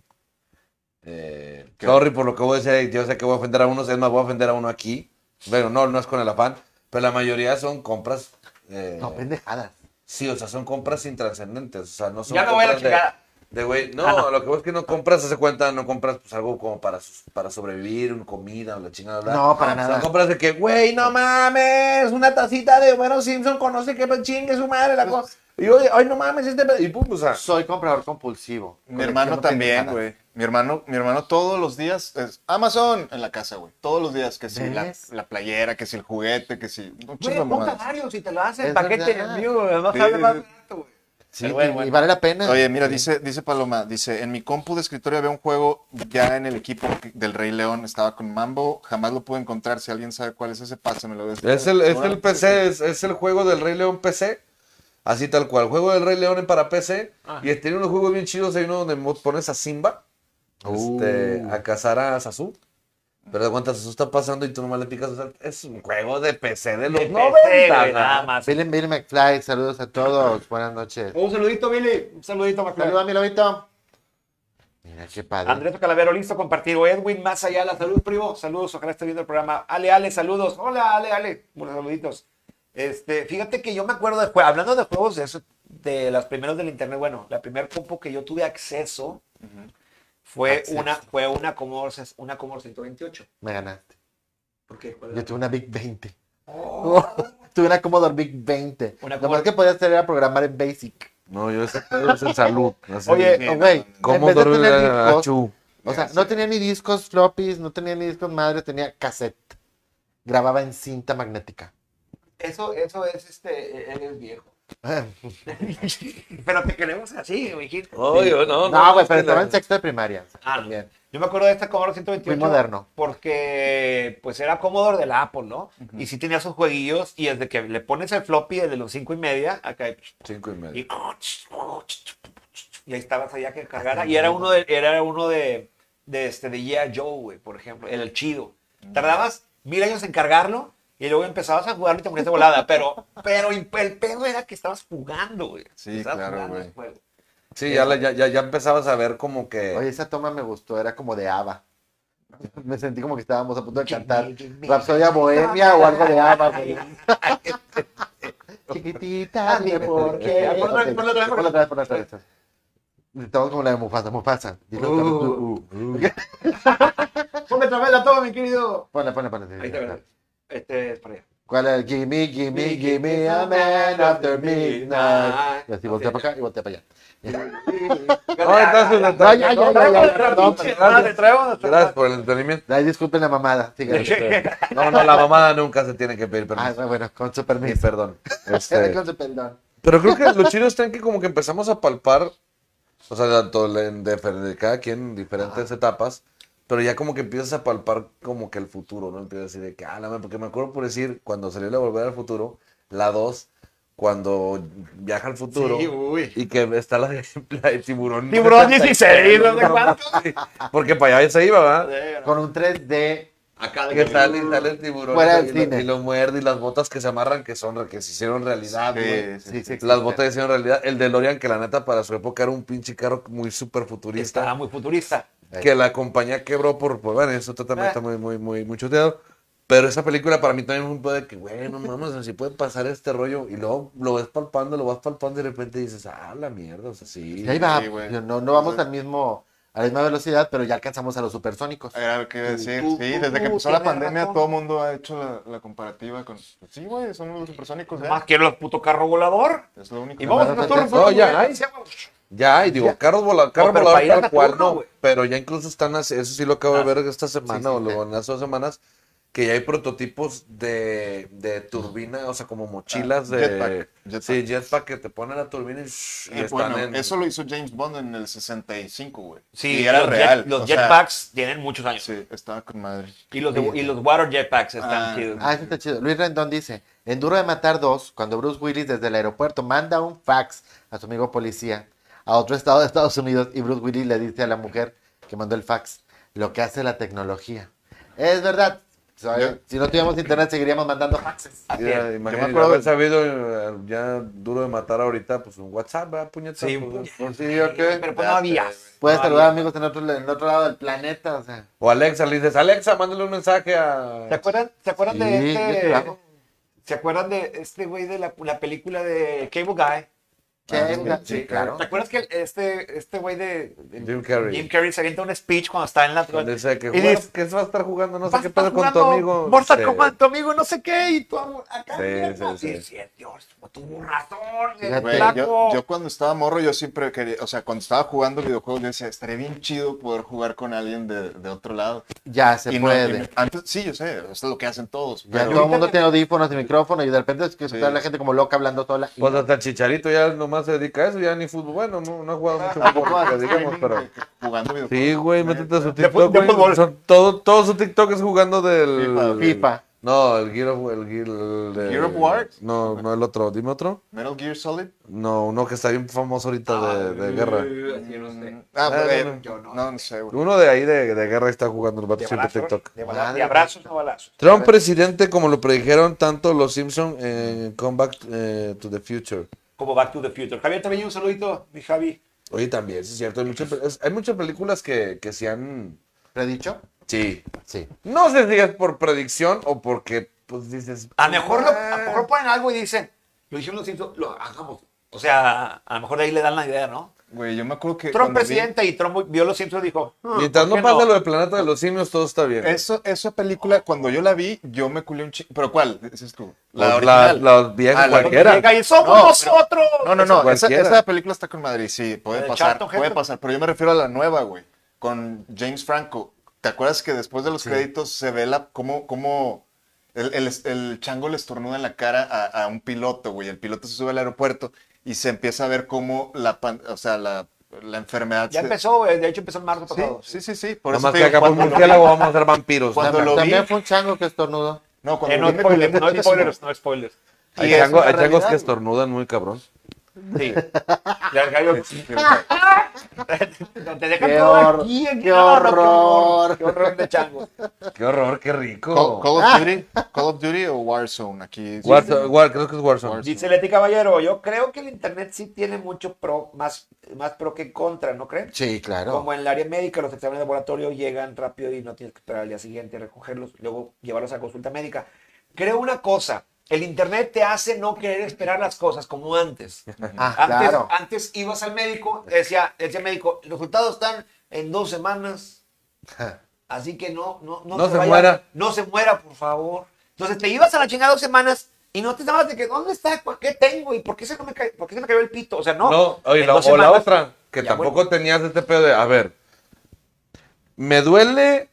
Eh, sorry por lo que voy a decir, yo sé que voy a ofender a unos, es más, voy a ofender a uno aquí. Bueno, no, no es con el afán, pero la mayoría son compras. eh, No, pendejadas. Sí, o sea, son compras intrascendentes. O sea, no son Ya me voy a la compras de- chingada. Ah, De güey, no, lo que vos que no compras, hace cuenta, no compras pues algo como para, sus- para sobrevivir, una comida, o la chingada. bla. No, para O sea, nada. compras de que, güey, no mames, una tacita de Homero Simpson, conoce que pues, chingue su madre la Pues cosa. Y hoy, ay, no mames, este pedo. Y pum, o sea. Soy comprador compulsivo. Mi hermano Colecciono también, pendejadas. güey. Mi hermano, mi hermano todos los días es Amazon en la casa, güey. Todos los días, que si la, ¿Ves? la playera, que si el juguete, que si... Un Güey, chingo de ponta mamadas. varios y te lo hacen. Es Paquete, verdad. amigo, además Sí, sale más sí, sí. barato, güey. Sí, Pero bueno, y- y bueno. vale la pena. Oye, mira, dice, dice Paloma, dice, en mi compu de escritorio había un juego ya en el equipo que- del Rey León, estaba con Mambo, jamás lo pude encontrar, si alguien sabe cuál es ese, pásamelo. este Es el, es el PC, es, es el juego del Rey León PC. Así tal cual. Juego del Rey León en para PC. Y tiene unos juegos bien chidos. Hay uno donde mo- pones a Simba este, a cazar a Sasu. Pero de cuenta, Sasu está pasando y tú nomás le picas. o sea, es un juego de PC de los De 90. PC, güey, nada ¿no? más. Billy, Billy McFly, saludos a todos. Buenas noches. Uh, Un saludito, Billy. Un saludito, Saludos Maclay. a mi lobito. Mira qué padre. Andrés Calavero, listo, compartido. Edwin, más allá, la salud, primo. Saludos, ojalá esté viendo el programa. Ale, Ale, saludos. Hola, Ale, Ale. Buenos saluditos. Este, fíjate que yo me acuerdo de juegos, hablando de juegos de, eso, de las primeras del internet, bueno, la primer compu que yo tuve acceso fue Acceso. una fue una Commodore, ses- una Commodore 128. Me ganaste. ¿Por qué? ¿Cuál era? Yo tuve una Big 20. Oh. tuve una Commodore Big 20. Una Lo más Commodore- que podías hacer era programar en Basic. No, yo ese pedo es en salud. así. Oye, sí, oh, no, güey, no, no. ¿cómo en vez de dormir tener en discos, Achú? O sea, Ya, no sí. tenía ni discos floppies, no tenía ni discos madre, tenía cassette. Grababa en cinta magnética. Eso, eso es este, él es viejo. Pero te queremos así, mijito. Oye, no, No, güey, es pero que la- estaba en sexto de primaria. o sea, Ah, no. también. Yo me acuerdo de esta Commodore 128. Muy moderno. Porque, pues, era Commodore de la Apple, ¿no? Y sí tenía sus jueguillos. Y desde que le pones el floppy, el de los cinco y media, acá... Cinco y medio. Y, y ahí estabas allá que cargara. Y era uno de, era uno de, de, este, de G.I. Joe, güey, por ejemplo, el chido. Tardabas mil años en cargarlo y luego empezabas a jugarlo y te morías de volada. Pero, pero el pedo era que estabas jugando, güey. Sí, Estabas claro, jugando güey. el juego. Sí, ya, la- ya, ya, ya empezabas a ver como que... Oye, esa toma me gustó, era como de ABBA. Me sentí como que estábamos a punto de cantar Rapsodia Bohemia o algo de ABBA. güey. Chiquitita, dime por qué. Ponlo otra vez, Ok, ponlo otra vez, Ah, ponlo otra vez, ponlo otra vez. Estamos como la de Mufasa, Mufasa. Dilo otra vez, Uh, uh, tú. uh. Ponme otra vez la toma, mi querido. Ponla, ponla, ponla. sí, Ahí está, sí, ¿verdad? Este es para allá. ¿Cuál era? Gimme, Eh, gimme, gimme a man after midnight. Y así Ok. voltea para acá y voltea para allá. No, entonces, Traemos entonces, ya, ya, no, no, ya, ya, no, nuestra ya, no, pinche gracias. madre, traemos nuestra Gracias por el entendimiento. Ay, disculpen la mamada. síganle. No, no, la mamada nunca se tiene que pedir Ah, permiso. bueno, con su Ni permiso. perdón. Este, Con su perdón. pero creo que los chinos están que como que empezamos a palpar, o sea, tanto le- en difer- de cada quien en diferentes etapas, pero ya como que empiezas a palpar como que el futuro, ¿no? Empiezas a decir de que, ah, la madre", porque me acuerdo por decir, cuando salió la Volver al Futuro, la 2, cuando viaja al futuro Sí, uy. y que está la de, la de tiburón. Tiburón 16, no sé cuánto. Porque para allá se iba, ¿verdad? Con un 3D. Acá Que sale y sale el tiburón Fuera del y, lo- cine. y lo muerde y las botas que se amarran que son que se hicieron realidad, güey. Sí, Sí, sí, sí. sí, Las existe. botas que se hicieron realidad. El DeLorean, que la neta para su época era un pinche carro muy super Estaba futurista. muy futurista. Que la compañía quebró por, por bueno, eso también Ah. está muy, muy, muy, muy chuteado. Pero esa película para mí también fue un pedo de que, güey, no mames, así puede pasar este rollo. Y luego lo ves palpando, lo vas palpando y de repente dices, ah, la mierda, o sea, sí. Y ahí va. Sí, güey. no, no vamos al mismo, a la misma velocidad, pero ya alcanzamos a los supersónicos. Era lo que iba a decir. Tú, tú, Sí, tú, desde que tú, empezó la tienes pandemia, razón. todo el mundo ha hecho la, la comparativa con. pues sí, güey, son los supersónicos. ¿eh? Más quiero el puto carro volador. Es lo único. Y que- vamos a no, una no, torre no, fuerte, Oh, ya, güey, ahí. se llama- Ya, y digo, carros vola- carro pero volador para ir a tal cual, Saturno, no. güey. Pero ya incluso están, hace- eso sí lo acabo Ah, de ver esta semana sí, o sí. luego en las dos semanas, que ya hay prototipos de, de turbina, o sea, como mochilas Ah, de. jetpack, jetpack. Sí, jetpack que te ponen la turbina y, shh, y Eh, están bueno, en. eso lo hizo James Bond en el 65, güey. Sí, y era los jet- real. o los sea, jetpacks tienen muchos años. Sí, estaba con madre. Y los, de- y los water jetpacks están Ah. chidos. Ah, eso está chido. Luis Rendón dice, en Duro de Matar 2, cuando Bruce Willis desde el aeropuerto manda un fax a su amigo policía a otro estado de Estados Unidos y Bruce Willis le dice a la mujer que mandó el fax lo que hace la tecnología. Es verdad. So- Yo- Si no tuviéramos internet seguiríamos mandando faxes. Así Ya, es. imagínate, acuerdo- haber sabido eh, ya duro de matar ahorita, pues un WhatsApp, ¿verdad, puñetazo? Sí, Pues, puñe- sí, ¿o qué? Pero pues no había. Puedes No saludar había. amigos en otro, en otro lado del planeta. O sea, O Alexa, le dices, Alexa, mándale un mensaje a. ¿Se acuerdan, ¿se acuerdan Sí, de yo te lo este? hago. ¿Se acuerdan de este güey de la, la película de Cable Guy? che, sí, sí, claro. ¿Te acuerdas que el- este este güey de, de- Jim Carrey. Jim Carrey se avienta un speech cuando está en la Donde dice que, y "Bueno, dice, ¿qué se va a estar jugando? No sé "Vas qué a estar pedo con tu jugando amigo. este, Mortal Sí. Kombat, tu amigo, no sé qué, y tú ah, acá. Sí, mierda. sí, sí. sí, Dios, tuvo razón, el Fíjate. Güey, flaco. yo, yo cuando estaba morro, yo siempre quería, o sea, cuando estaba jugando videojuegos, yo decía, estaría bien chido poder jugar con alguien de, de otro lado. Ya se Y no- puede. y no- antes, sí, yo sé, eso es lo que hacen todos. Ya pero- todo el mundo tiene audífonos y micrófono y de repente es que Sí. está la gente como loca hablando sola. Pues hasta el Chicharito ya nomás se dedica a eso, ya ni fútbol. Bueno, no, no ha jugado mucho Ah, fútbol, que digamos, pero... Jugando videojuegos. Sí, güey, métete a su De fu- TikTok, de güey. fútbol. Son- todo, todo su TikTok es jugando del... FIFA. FIFA. No, el Gear of... El Gear, el de- Gear of War? No, no el otro. Dime otro. Metal Gear Solid. No, uno que está bien famoso ahorita de, de guerra. Sí, yo no sé. Ah, Ah, eh, no, no. yo no, no, no sé, güey. Uno de ahí de, de guerra está jugando el vato De siempre balazos, TikTok. de bala- Madre de abrazos, no balazos. Trump presidente, como lo predijeron tanto los Simpson en Comeback eh, to the Future. Como Back to the Future. Javier, también un saludito, mi Javi. Oye, también, sí es cierto. Hay muchas, es- hay muchas películas que, que se han. ¿Predicho? Sí. Sí. No sé si es por predicción o porque pues dices. "Ah". A lo mejor, lo- a lo mejor ponen algo y dicen, lo dijeron los Simpsons, lo hagamos. O sea, a lo mejor de ahí le dan la idea, ¿no? Güey, yo me acuerdo que. Trump cuando vi- presidente y Trump vio los Simpsons y dijo, "Hmm, Mientras ¿por no qué pasa lo del planeta de los simios, todo está bien. Eso, esa película, cuando yo la vi, yo me culé un chingo. ¿Pero cuál? Dices tú. Pues La, la, original. la vieja Ah, la- cualquiera. Llega y somos No, pero- nosotros. No, no, no. Esa, cualquiera. esa película está con Madrid. Sí, puede ¿La de pasar. Charlton Puede Heston? pasar. Pero yo me refiero a la nueva, güey. Con James Franco. ¿Te acuerdas que después de los créditos se ve la, cómo, cómo el, el- el chango le estornuda en la cara a, a un piloto, güey? El piloto se sube al aeropuerto y se empieza a ver cómo la, pan- o sea, la, la enfermedad. Ya se- empezó, güey, de hecho empezó en marzo Sí, pasado. sí, sí, sí. Por Nada eso más te que digo, acá por cuando- murciélago vamos a ser vampiros. Cuando También- lo vi- También fue un chango que estornudó. No, cuando Eh, no lo vi me spoilers, colgué, no ahorita sí, spoilers, no spoilers. Y Hay, es chango- una hay changos realidad, que güey. estornudan muy cabrón. Sí. Ya el gallo güey. te dejan Qué todo hor- aquí en qué claro, qué horror. Pues Qué horror de chango. Qué horror, qué rico. Call, Call Ah. of Duty, Call of Duty o Warzone aquí. Warzone- War- creo que es Warzone. Warzone. Dice Leti Caballero, yo creo que el internet sí tiene mucho pro, más, más pro que contra, ¿no creen? Sí, claro. Como en el área médica, los exámenes de laboratorio llegan rápido y no tienes que esperar al día siguiente a recogerlos, luego llevarlos a consulta médica. Creo una cosa, el internet te hace no querer esperar las cosas como antes. Ah, Antes, claro. antes ibas al médico, decía, decía el médico, los resultados están en dos semanas, así que no, no, no, No se vaya- muera. No se muera, por favor. Entonces te ibas a la chingada dos semanas y no te dabas de que, ¿dónde está? ¿Por ¿Qué tengo? ¿Y por qué se, no me, ca- por qué se me cayó el pito? O sea, no. No, oye, en la- o dos la semanas- otra, que Ya, tampoco bueno. tenías este pedo de, a ver, me duele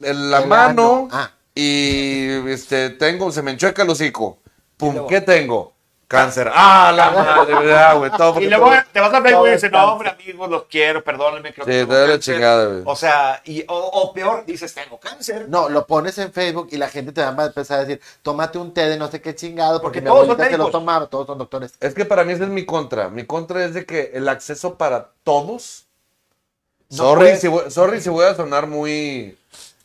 el- la El mano ano, ah. y este, tengo, se me enchueca el hocico. Y Pum, luego- ¿qué tengo? Cáncer. ¡Ah, la madre! ¿verdad, güey? Todo Y porque luego todo- te vas a hablar todo y dices, descansa. no, hombre, amigos, los quiero, perdónenme. Creo Sí, que tengo te da la cáncer". chingada, güey. O sea, y, o, o peor, dices, tengo cáncer. No, lo pones en Facebook y la gente te va a empezar a decir, tómate un té de no sé qué chingado, porque, Porque mi todos son abuelita se lo médicos. tomaba, todos son doctores. Es que para mí ese es mi contra. Mi contra es de que el acceso para todos. No sorry, puedes. si voy, sorry si voy a sonar muy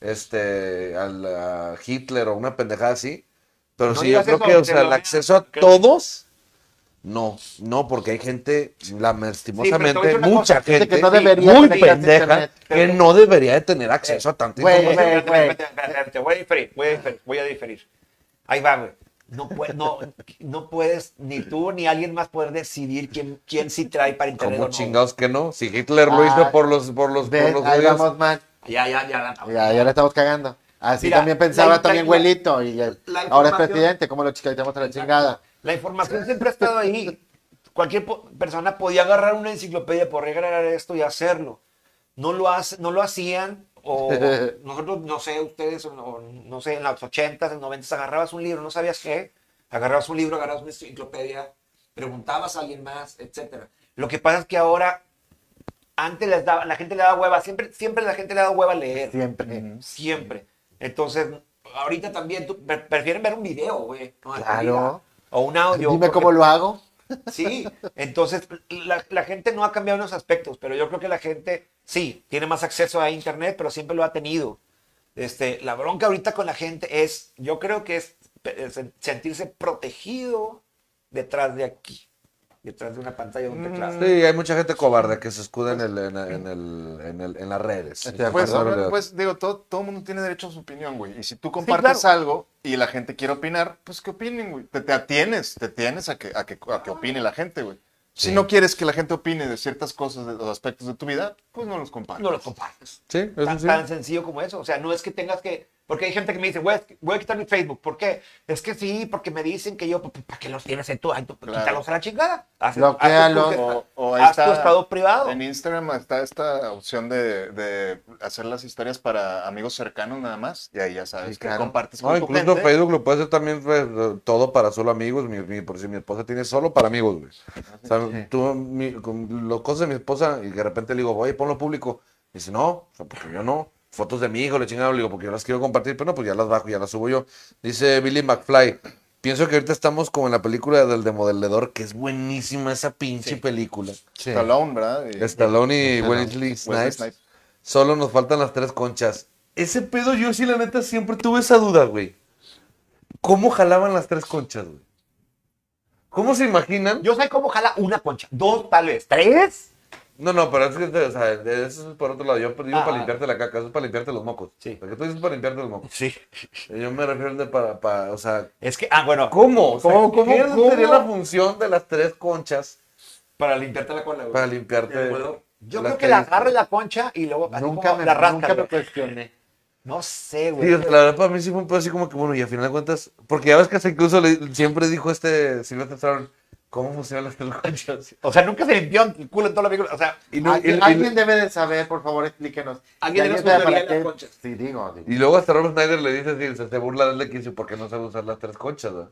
este a la Hitler o una pendejada así. Pero No sí, yo digas creo eso, que o te sea, lo el veo. acceso a Que- todos. No, no, porque hay gente, Sí, pero te voy a lastimosamente, decir una mucha cosa, gente gente que no debería muy tener acceso a pendeja internet. que no debería de tener acceso a pues. tanta güey, información. Eh, Espérate, güey. espérate, espérate, espérate, Voy a diferir, voy a diferir, voy a diferir. Ahí va, güey. No, pue- no, no puedes, ni tú ni alguien más poder decidir quién, quién sí trae para internet o Como no. chingados que no. Si Hitler lo hizo Ah, por los, por los, por Ven, los ahí judíos. vamos mal. Ya, ya, ya. la- Ya, ya la estamos cagando. Así Mira, también pensaba la- también la- güelito. Y ya- ahora la es información- presidente, ¿cómo lo chicalitamos a la chingada? La información siempre ha estado ahí. Cualquier po- persona podía agarrar una enciclopedia, podía agarrar esto y hacerlo. No lo, hace, no lo hacían, o nosotros, no sé, ustedes, o no, no sé, en los 80s, en los 90s, agarrabas un libro, no sabías qué, agarrabas un libro, agarrabas una enciclopedia, preguntabas a alguien más, etc. Lo que pasa es que ahora, antes les daba, la gente le daba hueva, siempre, siempre la gente le daba hueva leer. Siempre. Siempre. Entonces, ahorita también tú, pre- prefieren ver un video, güey. ¿no? Claro. O un audio. Dime porque- cómo lo hago. Sí, entonces la, la gente no ha cambiado en los aspectos, pero yo creo que la gente sí tiene más acceso a Internet, pero siempre lo ha tenido. Este, la bronca ahorita con la gente es, yo creo que es, pe- sen- sentirse protegido detrás de aquí, detrás de una pantalla de un teclado. Sí, hay mucha gente cobarde que se escuda en, el, en, el- en el- en el- en las redes. Estoy de Pues, Perdón, ahora, Leo. pues, digo, todo, todo mundo tiene derecho a su opinión, güey. Y si tú claro. compartes algo y la gente quiere opinar, pues que opinen, güey. Te, te atienes, te atienes a que, a que, a que opine la gente, güey. Si no quieres que la gente opine de ciertas cosas, de los aspectos de tu vida, pues no los compartes. No lo compartes. Sí, eso tan, sí. tan sencillo como eso. O sea, no es que tengas que. Porque hay gente que me dice, voy a, voy a quitar mi Facebook. ¿Por qué? Es que sí, porque me dicen que yo, "Pues, ¿para qué los tienes en tu? Ay, tú, Claro. Quítalos a la chingada. Haz, Bloquéalos. haz tu- O- o ahí haz tu está- estado privado. En Instagram está esta opción de, de hacer las historias para amigos cercanos nada más. Y ahí ya sabes Sí, que claro. compartes No, con tu incluso gente. Facebook lo puede hacer también pues, todo para solo amigos. Mi, mi- por si mi esposa tiene solo para amigos, güey. O sea, tú, mi- con las cosas de mi esposa, y de repente le digo, oye, ponlo público. Y dice, no, o sea, porque yo no. Fotos de mi hijo, le chingado, le digo, porque yo las quiero compartir, pero no, pues ya las bajo, ya las subo yo. Dice Billy McFly. Pienso que ahorita estamos como en la película del demoledor, que es buenísima esa pinche Sí. película. Sí. Stallone, ¿verdad? Y- Eh, Stallone y Stallone. Wesley Wesley Snipes. Snipes. Solo nos faltan las tres conchas. Ese pedo yo sí, la neta, siempre tuve esa duda, güey. ¿Cómo jalaban las tres conchas, güey? ¿Cómo se imaginan? Yo sé cómo jala una concha. Dos, tal vez. ¿Tres? No, no, pero es que, o sea, de- eso es por otro lado. Yo digo Ah, para ah. limpiarte la caca, eso es para limpiarte los mocos. Sí. Lo que tú dices es para limpiarte los mocos. Sí. Yo me refiero al de para, para, o sea, Es que, ah, bueno. ¿cómo? O sea, ¿Cómo, cómo, ¿Qué cómo? sería la función de las tres conchas Para limpiarte la cola, güey. para limpiarte? Yo las creo que la tres? agarre la concha y luego así Nunca como me, la rasca. nunca me cuestioné. No sé, Sí, güey. o sea, la verdad para mí sí fue un pedo así como que, bueno, y al final de cuentas, porque ya ves que hasta incluso le- siempre dijo este Silvestre Stallone, ¿cómo funcionan las tres conchas? O sea, nunca se limpió el culo en toda la película. O sea, Y, no- alguien, y- y- alguien debe de saber, por favor, explíquenos. Alguien Si debe sabe saber para de las qué- conchas. Sí, digo. digo. y luego hasta Rob Snyder le dice, sí, se, se burla de él de que dice, ¿por qué no sabe usar las tres conchas? verdad?"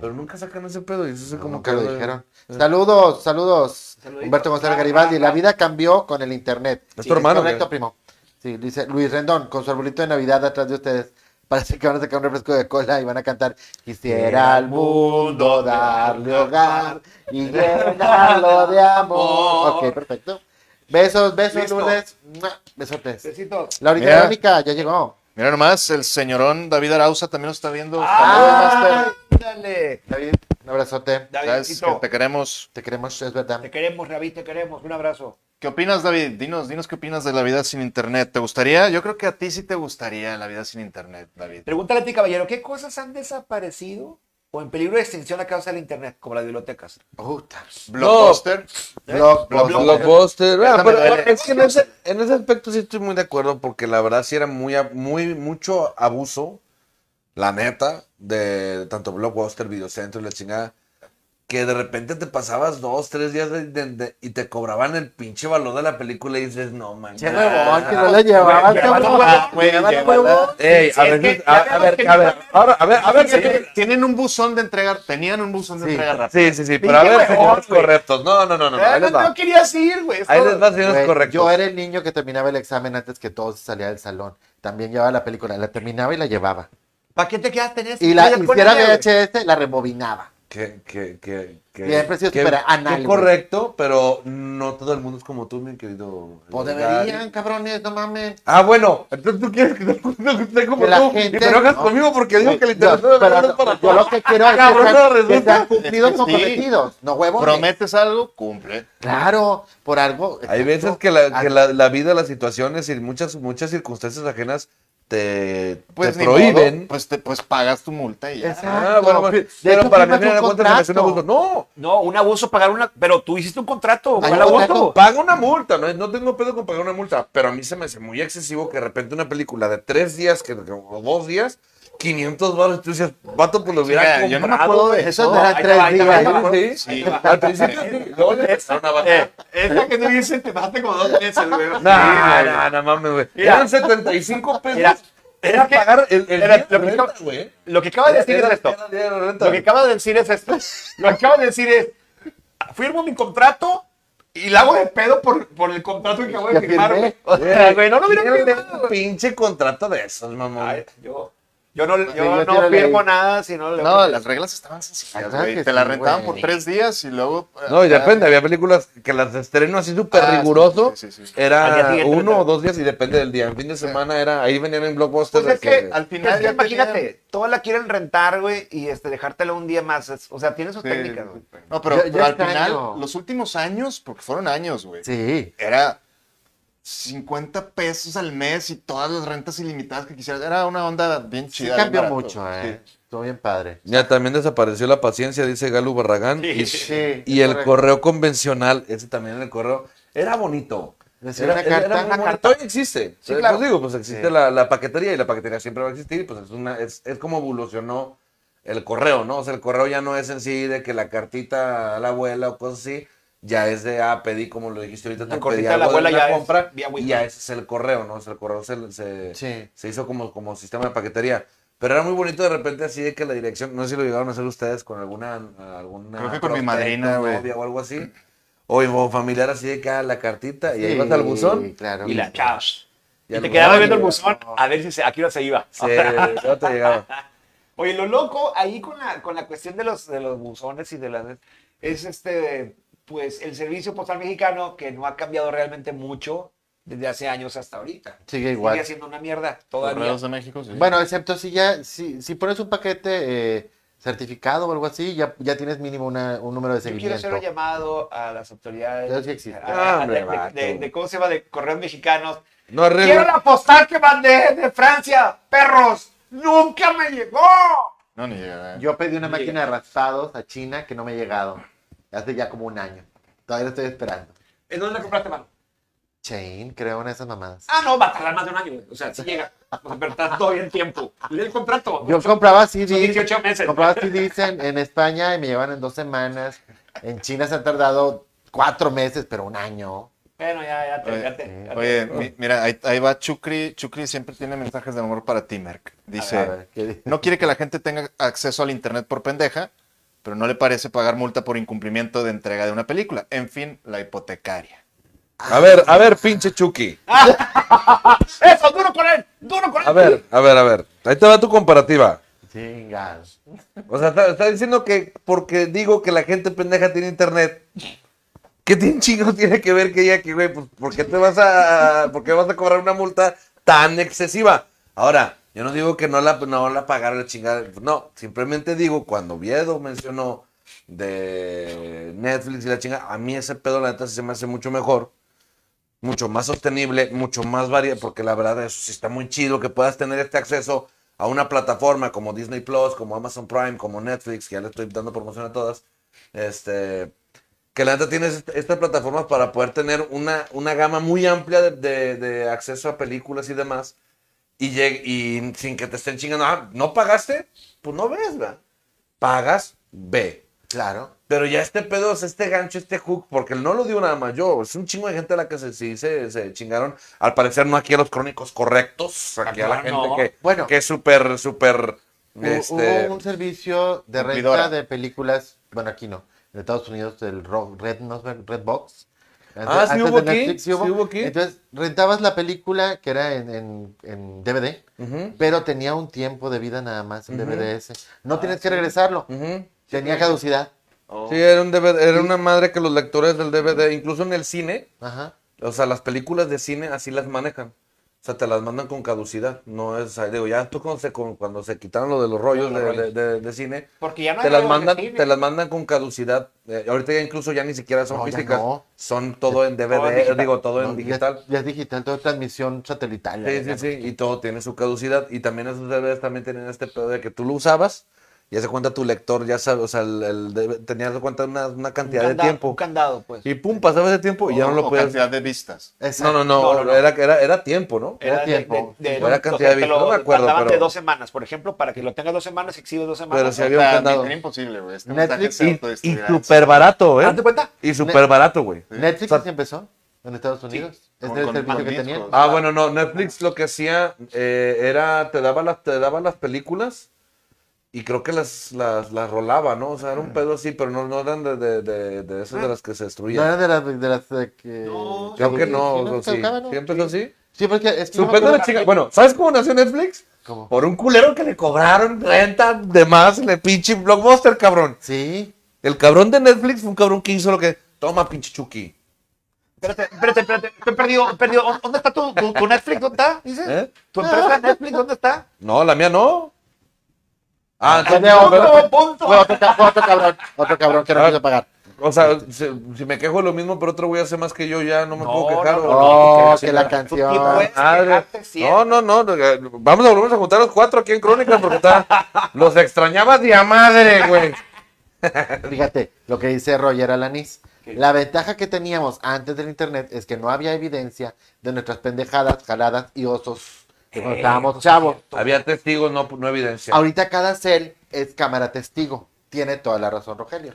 Pero nunca sacan ese pedo y eso es No, como nunca que... lo dijeron. Saludos, saludos. Saludito. Humberto González Garibaldi. La vida cambió con el internet. Es tu hermano, correcto, ¿qué? primo. Sí, dice Luis Rendón, con su arbolito de Navidad atrás de ustedes. Parece que van a sacar un refresco de cola y van a cantar Quisiera al mundo darle hogar y llenarlo de amor. Ok, perfecto. Besos, besos, Listo. Lourdes. ¡Mua! Besotes. necesito. Laurita Mira. Verónica ya llegó. Mira nomás, el señorón David Arauza también nos está viendo. ¡Ah! ¡Ándale! David, un abrazote. Saludos, Master. Sabes Davidcito, que te queremos. Te queremos, es verdad. te queremos, David, te queremos. Un abrazo. ¿Qué opinas, David? Dinos, dinos qué opinas de la vida sin internet. ¿Te gustaría? Yo creo que a ti sí te gustaría la vida sin internet, David. Pregúntale a ti, caballero, ¿qué cosas han desaparecido o en peligro de extinción a causa del internet, como las bibliotecas? Puta. Blockbuster. ¿Eh? Blockbuster. Blockbuster. Esa Ah, me pero duele. es que en ese, en ese aspecto sí estoy muy de acuerdo porque la verdad sí era muy, ab- muy mucho abuso, la neta, de tanto Blockbuster, Videocentro y la chingada, que de repente te pasabas dos, tres días de- de- de- y te cobraban el pinche valor de la película y dices, no manches. Che Ah, huevón, que no la llevaba, Llevaba cabrón. los huevos, Güey, llevaba los huevos. huevos. Ey, Sí, a es veces- que a- ya a vemos ver, que a no- ver, ahora, a ver, a ver, eh, Tienen- Tienen un buzón de entregar, tenían un buzón de Sí. entregar rápido. Sí, sí, sí, pero a ver, huevón, señores güey. correctos. No, no, no, no, no, Ah, ahí No, les va. no querías ir, güey. es Ahí todo. les va, señores Güey, correctos. Yo era el niño que terminaba el examen antes que todos salía del salón. También llevaba la película, la terminaba y la llevaba. ¿Para qué te quedaste en eso? Y la Con hiciera ella, güey. VHS, la rebobinaba. que, que, que, que Siempre he sido que- súper que anal, güey. correcto, pero no todo el mundo es como tú, mi querido. O Gary. Pues deberían, cabrones, no mamen. Ah, bueno, entonces tú quieres que todo el mundo esté como Que la tú gente- y te enojas no. conmigo porque digo que el internet Yo- no, pero es no, para yo todos. lo que quiero es que Cabrón, sean- que resulta. sean cumplidos Sí. con prometidos, no huevones. Prometes algo, cumple. Claro, por algo. Hay exacto. veces que la, que Ah, la, la vida, las situaciones y muchas, muchas circunstancias ajenas te, Pues te ni modo, prohíben. pues, te, pues pagas tu multa y ya. Exacto. Ah, bueno, bueno, De pero hecho, para mí, al firmas final de un cuentas, se me hace un contrato. abuso. No, No, un abuso, pagar una. Pero tú hiciste un contrato. Hay ¿Cuál un contrato. abuso? Paga una multa, no, no tengo pedo con pagar una multa, pero a mí se me hace muy excesivo que de repente una película de tres días que, o dos días, 500 baros, tú decías, vato, pues lo hubiera Mira, yo no me comprado. acuerdo de Eso eso. no era ahí te tres va, ahí te va, ahí te días. va. Sí, Sí. Al principio sí, luego Eh, le empezaron a bajar. Esa que te dicen, te pasaste como dos meses, güey. No, no, no mames, güey. Mira. Eran 75 pesos. Mira, era es que- pagar el, el era día de lo que renta, acabo- güey. Lo que acaba de decir Era- es esto. era el día de renta, Lo que acaba de decir es esto. Lo que acaba de decir es, firmo mi contrato y la hago de pedo por, por el contrato que acabo de Ya firmar. firmé. güey. O sea, güey, no lo hubiera ¿Quién le firmado, da un güey. pinche contrato de esos, mamón. Ay, Yo, yo no, yo Sí, yo sí no lo leí. firmo nada si no le- No, las reglas estaban sencillas, Ajá, güey. que Te la sí, rentaban güey. por tres días y luego. eh, No, y ya- depende, había películas que las estreno así súper Ah, sí, riguroso. sí, sí, sí. Al día Era siguiente, uno ¿verdad? o dos días y depende del día. En fin de semana era, ahí venían en blockbuster. Pues es de que Al Es final que ya imagínate, tenían- todas la quieren rentar, güey, y este, dejártela un día más. Es- O sea, tiene sus Sí. técnicas, güey. No, pero, Yo- yo pero al extraño. final, los últimos años, porque fueron años, güey. este Sí. Era 50 pesos al mes y todas las rentas ilimitadas que quisieras. Era una onda bien Sí chida. cambió bien barato. mucho, eh. Sí. Estuvo bien padre. Ya también desapareció la paciencia, dice Galo Barragán. Y, Sí, y el correcto. correo convencional, ese también el correo, era bonito. Decía una carta, muy una bonito. carta. Todavía existe. Sí, Eh, claro. Pues digo, pues existe Sí. la, la paquetería y la paquetería siempre va a existir. Pues es, una, es, es como evolucionó el correo, ¿no? O sea, el correo ya no es en sí de que la cartita a la abuela o cosas así. Ya es de, ah, pedí, como lo dijiste ahorita, La tú, cartita pedí a la algo de abuela una ya es compra vía y Wi-Fi. ya ese es el correo, ¿no? O sea, el correo se, se, Sí. se hizo como, como sistema de paquetería. Pero era muy bonito de repente así de que la dirección, no sé si lo llegaron a hacer ustedes con alguna... alguna Creo que con mi prospecto, madrina, güey. novia O algo así. O, o familiar así de que ah, la cartita y ahí Sí, vas al buzón. claro. Y la chavas. Y Y al te quedaba buzón viendo el llegaba. buzón a ver si se, aquí no se iba. Sí, no te llegaba. Oye, lo loco ahí con la, con la cuestión de los, de los buzones y de las... Es este, pues, el servicio postal mexicano que no ha cambiado realmente mucho desde hace años hasta ahorita. Sigue igual. Sigue siendo una mierda todavía. Correos de México, sí. Bueno, excepto si ya, si, si pones un paquete eh, certificado o algo así, ya, ya tienes mínimo una- un número de Yo quiero seguimiento. hacer un llamado a las autoridades. Creo que existe. a- a- Hombre, de- vato. de, de- cómo se llama, de correos mexicanos. No arregla. Quiero la postal que mandé de Francia, perros. Nunca me llegó. No, ni eh. llega. Yo pedí una máquina de raspados a China que no me ha llegado. Hace ya como un año. Todavía lo estoy esperando. ¿En dónde la compraste, mano? Chain, creo, una de esas mamadas. Ah, no, va a tardar más de un año. güey. O sea, si llega. O sea, pero está todavía en tiempo. Lee el contrato. Yo compraba CDs, 18 meses. compraba CDs en, en España y me llevan en dos semanas. En China se han tardado cuatro meses, pero un año. Bueno, ya, ya te, ya Eh, te. ya te- Eh, Oye, mi- mira, ahí, ahí va Chucri. Chucri siempre tiene mensajes de amor para ti, Merck. Dice, A ver, ¿qué dice? no quiere que la gente tenga acceso al internet por pendeja, pero no le parece pagar multa por incumplimiento de entrega de una película. En fin, la hipotecaria. A ver, a ver, pinche Chucky. Eso, duro con él. Duro con pues. él. A ver, a ver, a ver. Ahí te va tu comparativa. Chingas. O sea, está, está diciendo que porque digo que la gente pendeja tiene internet. ¿Qué tiene chingo tiene que ver que ella que, güey? Pues, ¿por qué te vas a. ¿Por qué vas a cobrar una multa tan excesiva? Ahora, yo no digo que no la, no la pagaron la chingada. No, simplemente digo, cuando Viedo mencionó de Netflix y la chingada, a mí ese pedo, la neta, sí se me hace mucho mejor mucho más sostenible, mucho más variado, porque la verdad eso sí está muy chido que puedas tener este acceso a una plataforma como Disney Plus, como Amazon Prime, como Netflix, que ya le estoy dando promoción a todas. Este, que la neta tienes est- estas plataformas para poder tener una, una gama muy amplia de, de- de acceso a películas y demás. Y, lleg- y sin que te estén chingando, ah, ¿no pagaste? Pues no ves, ¿verdad? Pagas, ve. Claro. Pero ya este pedo, o sea, este gancho, este hook, porque no lo dio nada más yo, es un chingo de gente a la que se, sí se, se chingaron. Al parecer no aquí a los crónicos correctos, aquí a la Ah, gente no. que, Bueno. que es súper, súper... Hu- Este, Hubo un servicio de Cumplidora. renta de películas, bueno, aquí no, en Estados Unidos, el Ro- Red, no, Redbox. Ah, sí Antes hubo de aquí, Netflix, sí hubo aquí. Entonces, rentabas la película que era en, en- en DVD, Ujú. pero tenía un tiempo de vida nada más el Ujú. Ah, DVD ese. No tienes que regresarlo, ujú. tenía caducidad. Sí, era, un DVD, era una madre que los lectores del DVD, incluso en el cine, Ajá. o sea, las películas de cine así las manejan. O sea, te las mandan con caducidad. No es, o sea, digo, ya tú cuando se, con- cuando se quitaron lo de los rollos Los de- de- rollos. de- de cine, Porque ya no te hay las juegos de mandan cine. te las mandan con caducidad Eh, ahorita ya incluso ya ni siquiera son No, ya físicas no. son todo en Todo en DVD digital. digo todo No, en ya- digital Ya, es digital, todo es transmisión satelital. sí sí sí y todo tiene su caducidad y también esos DVDs también tienen este pedo de que tú lo usabas y hace cuenta tu lector ya sabe o sea el, el DVD tenías de cuenta una, una Un cantidad de candado, tiempo Un candado, pues. y pum pasaba ese tiempo y ya no O- lo o puedes Eh, cantidad de vistas. no no no, No, no, no. Era, era era tiempo no Era tiempo. O era cantidad de vida, te lo no me acuerdo, mandaban pero- de dos semanas, por ejemplo, para que lo tengas dos semanas, exhibes dos semanas. Pero si O había un sea, candado. era imposible, güey. Este Netflix mensaje se y, y autodestruirá. súper barato eh ¿Haz de cuenta? y súper barato güey Netflix O sea, así empezó en Estados Unidos. Este con- era el con- servicio con que discos. tenían. Ah, bueno, no, Netflix lo que hacía eh, era, te daba, las, te daba las películas y creo que las, las, las rolaba, ¿no? O sea, era un pedo así, pero no, no eran de, de, de, de esas de las que se No destruían. eran de las de las de que. No, Creo que no, Sí, o sí. caducaba, ¿no? Siempre es así. Sí, porque es que. Su pedo de chica- Bueno, ¿sabes cómo nació Netflix? ¿Cómo? Por un culero que le cobraron renta de más en el pinche blockbuster, cabrón. Sí. El cabrón de Netflix fue un cabrón que hizo lo que. Toma, pinche Chucky. Espérate, espérate, espérate. Estoy perdido, estoy perdido. ¿Dó- ¿Dónde está tu, tu, tu Netflix? ¿Dónde está? Dices. ¿Eh? ¿Tu empresa Netflix? ¿Dónde está? No, la mía no. Ah, Fue entonces- otro, punto. fue otro ca- fue otro cabrón. Otro cabrón que Ah. no quiso pagar. O sea, se- si me quejo de lo mismo, pero otro güey hace más que yo, ya no me No, puedo quejar. no, ¿o? no, Oh, que la Pues, Tu tipo canción. es Madre. quejarte siempre. No, no, no. eh, Vamos a volvernos a juntar los cuatro aquí en Crónicas porque está, los extrañaba de a madre, güey. Fíjate lo que dice Roger Alanis. La ventaja que teníamos antes del internet es que no había evidencia de nuestras pendejadas, jaladas y osos de Pues, cuando Eh, estábamos chavos. Había testigos, no, no evidencia. Ahorita cada cel es cámara testigo. Tiene toda la razón, Rogelio.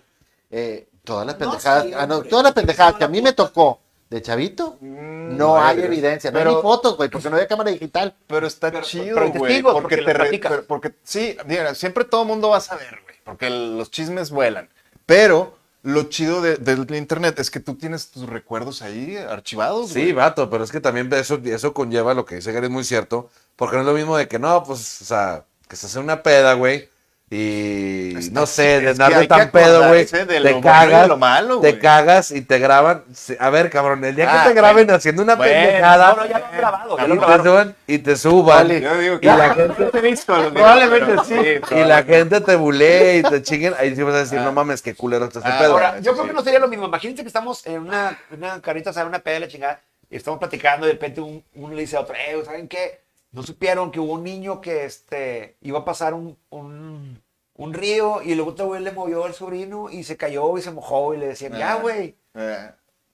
Eh, todas las No pendejadas, ah, no, siempre. todas las pendejadas No, que a la mí me tocó de chavito, no no hay hay evidencia, no hay Pero- ni fotos, güey, porque no había cámara digital. Pero está Pero- pero chido, hay güey. testigos, Porque, porque te lo re- platicas. pero- porque sí, mira, siempre todo mundo va a saber, güey. Porque el- los chismes vuelan. Pero lo chido de- del internet es que tú tienes tus recuerdos ahí archivados, Sí, güey. vato, pero es que también eso, eso conlleva lo que dice Gary, es muy cierto, porque no es lo mismo de que no, pues, o sea, que estás en una peda, güey, Y Está- no sé, de es que andar de hay que tan pedo, güey. acordarse de lo Te bueno y cagas, de lo malo, te güey. cagas y te graban. Sí, A ver, cabrón, el día Ah, que te graben bueno. haciendo una Bueno, pendejada No, no, ya lo han grabado, ya lo y, te grabaron. suban, y te suban. Vale. Yo digo que Y la gente- Yo te he visto a los Probablemente videos, pero- sí. Y la probablemente. gente te bulee y te chinguen. Ahí sí vas a decir, no mames, qué culero está este Ah, pedo. Ahora, yo Sí. creo que no sería lo mismo. Imagínense que estamos en una, una carita, o sea, una peda de la chingada, y estamos platicando, y de repente un- uno le dice a otro, eh, ¿saben qué? No supieron que hubo un niño que este, iba a pasar un, un, un río, y luego otro güey le movió al sobrino, y se cayó, y se mojó, y le decían, ya, Ah. güey. Eh,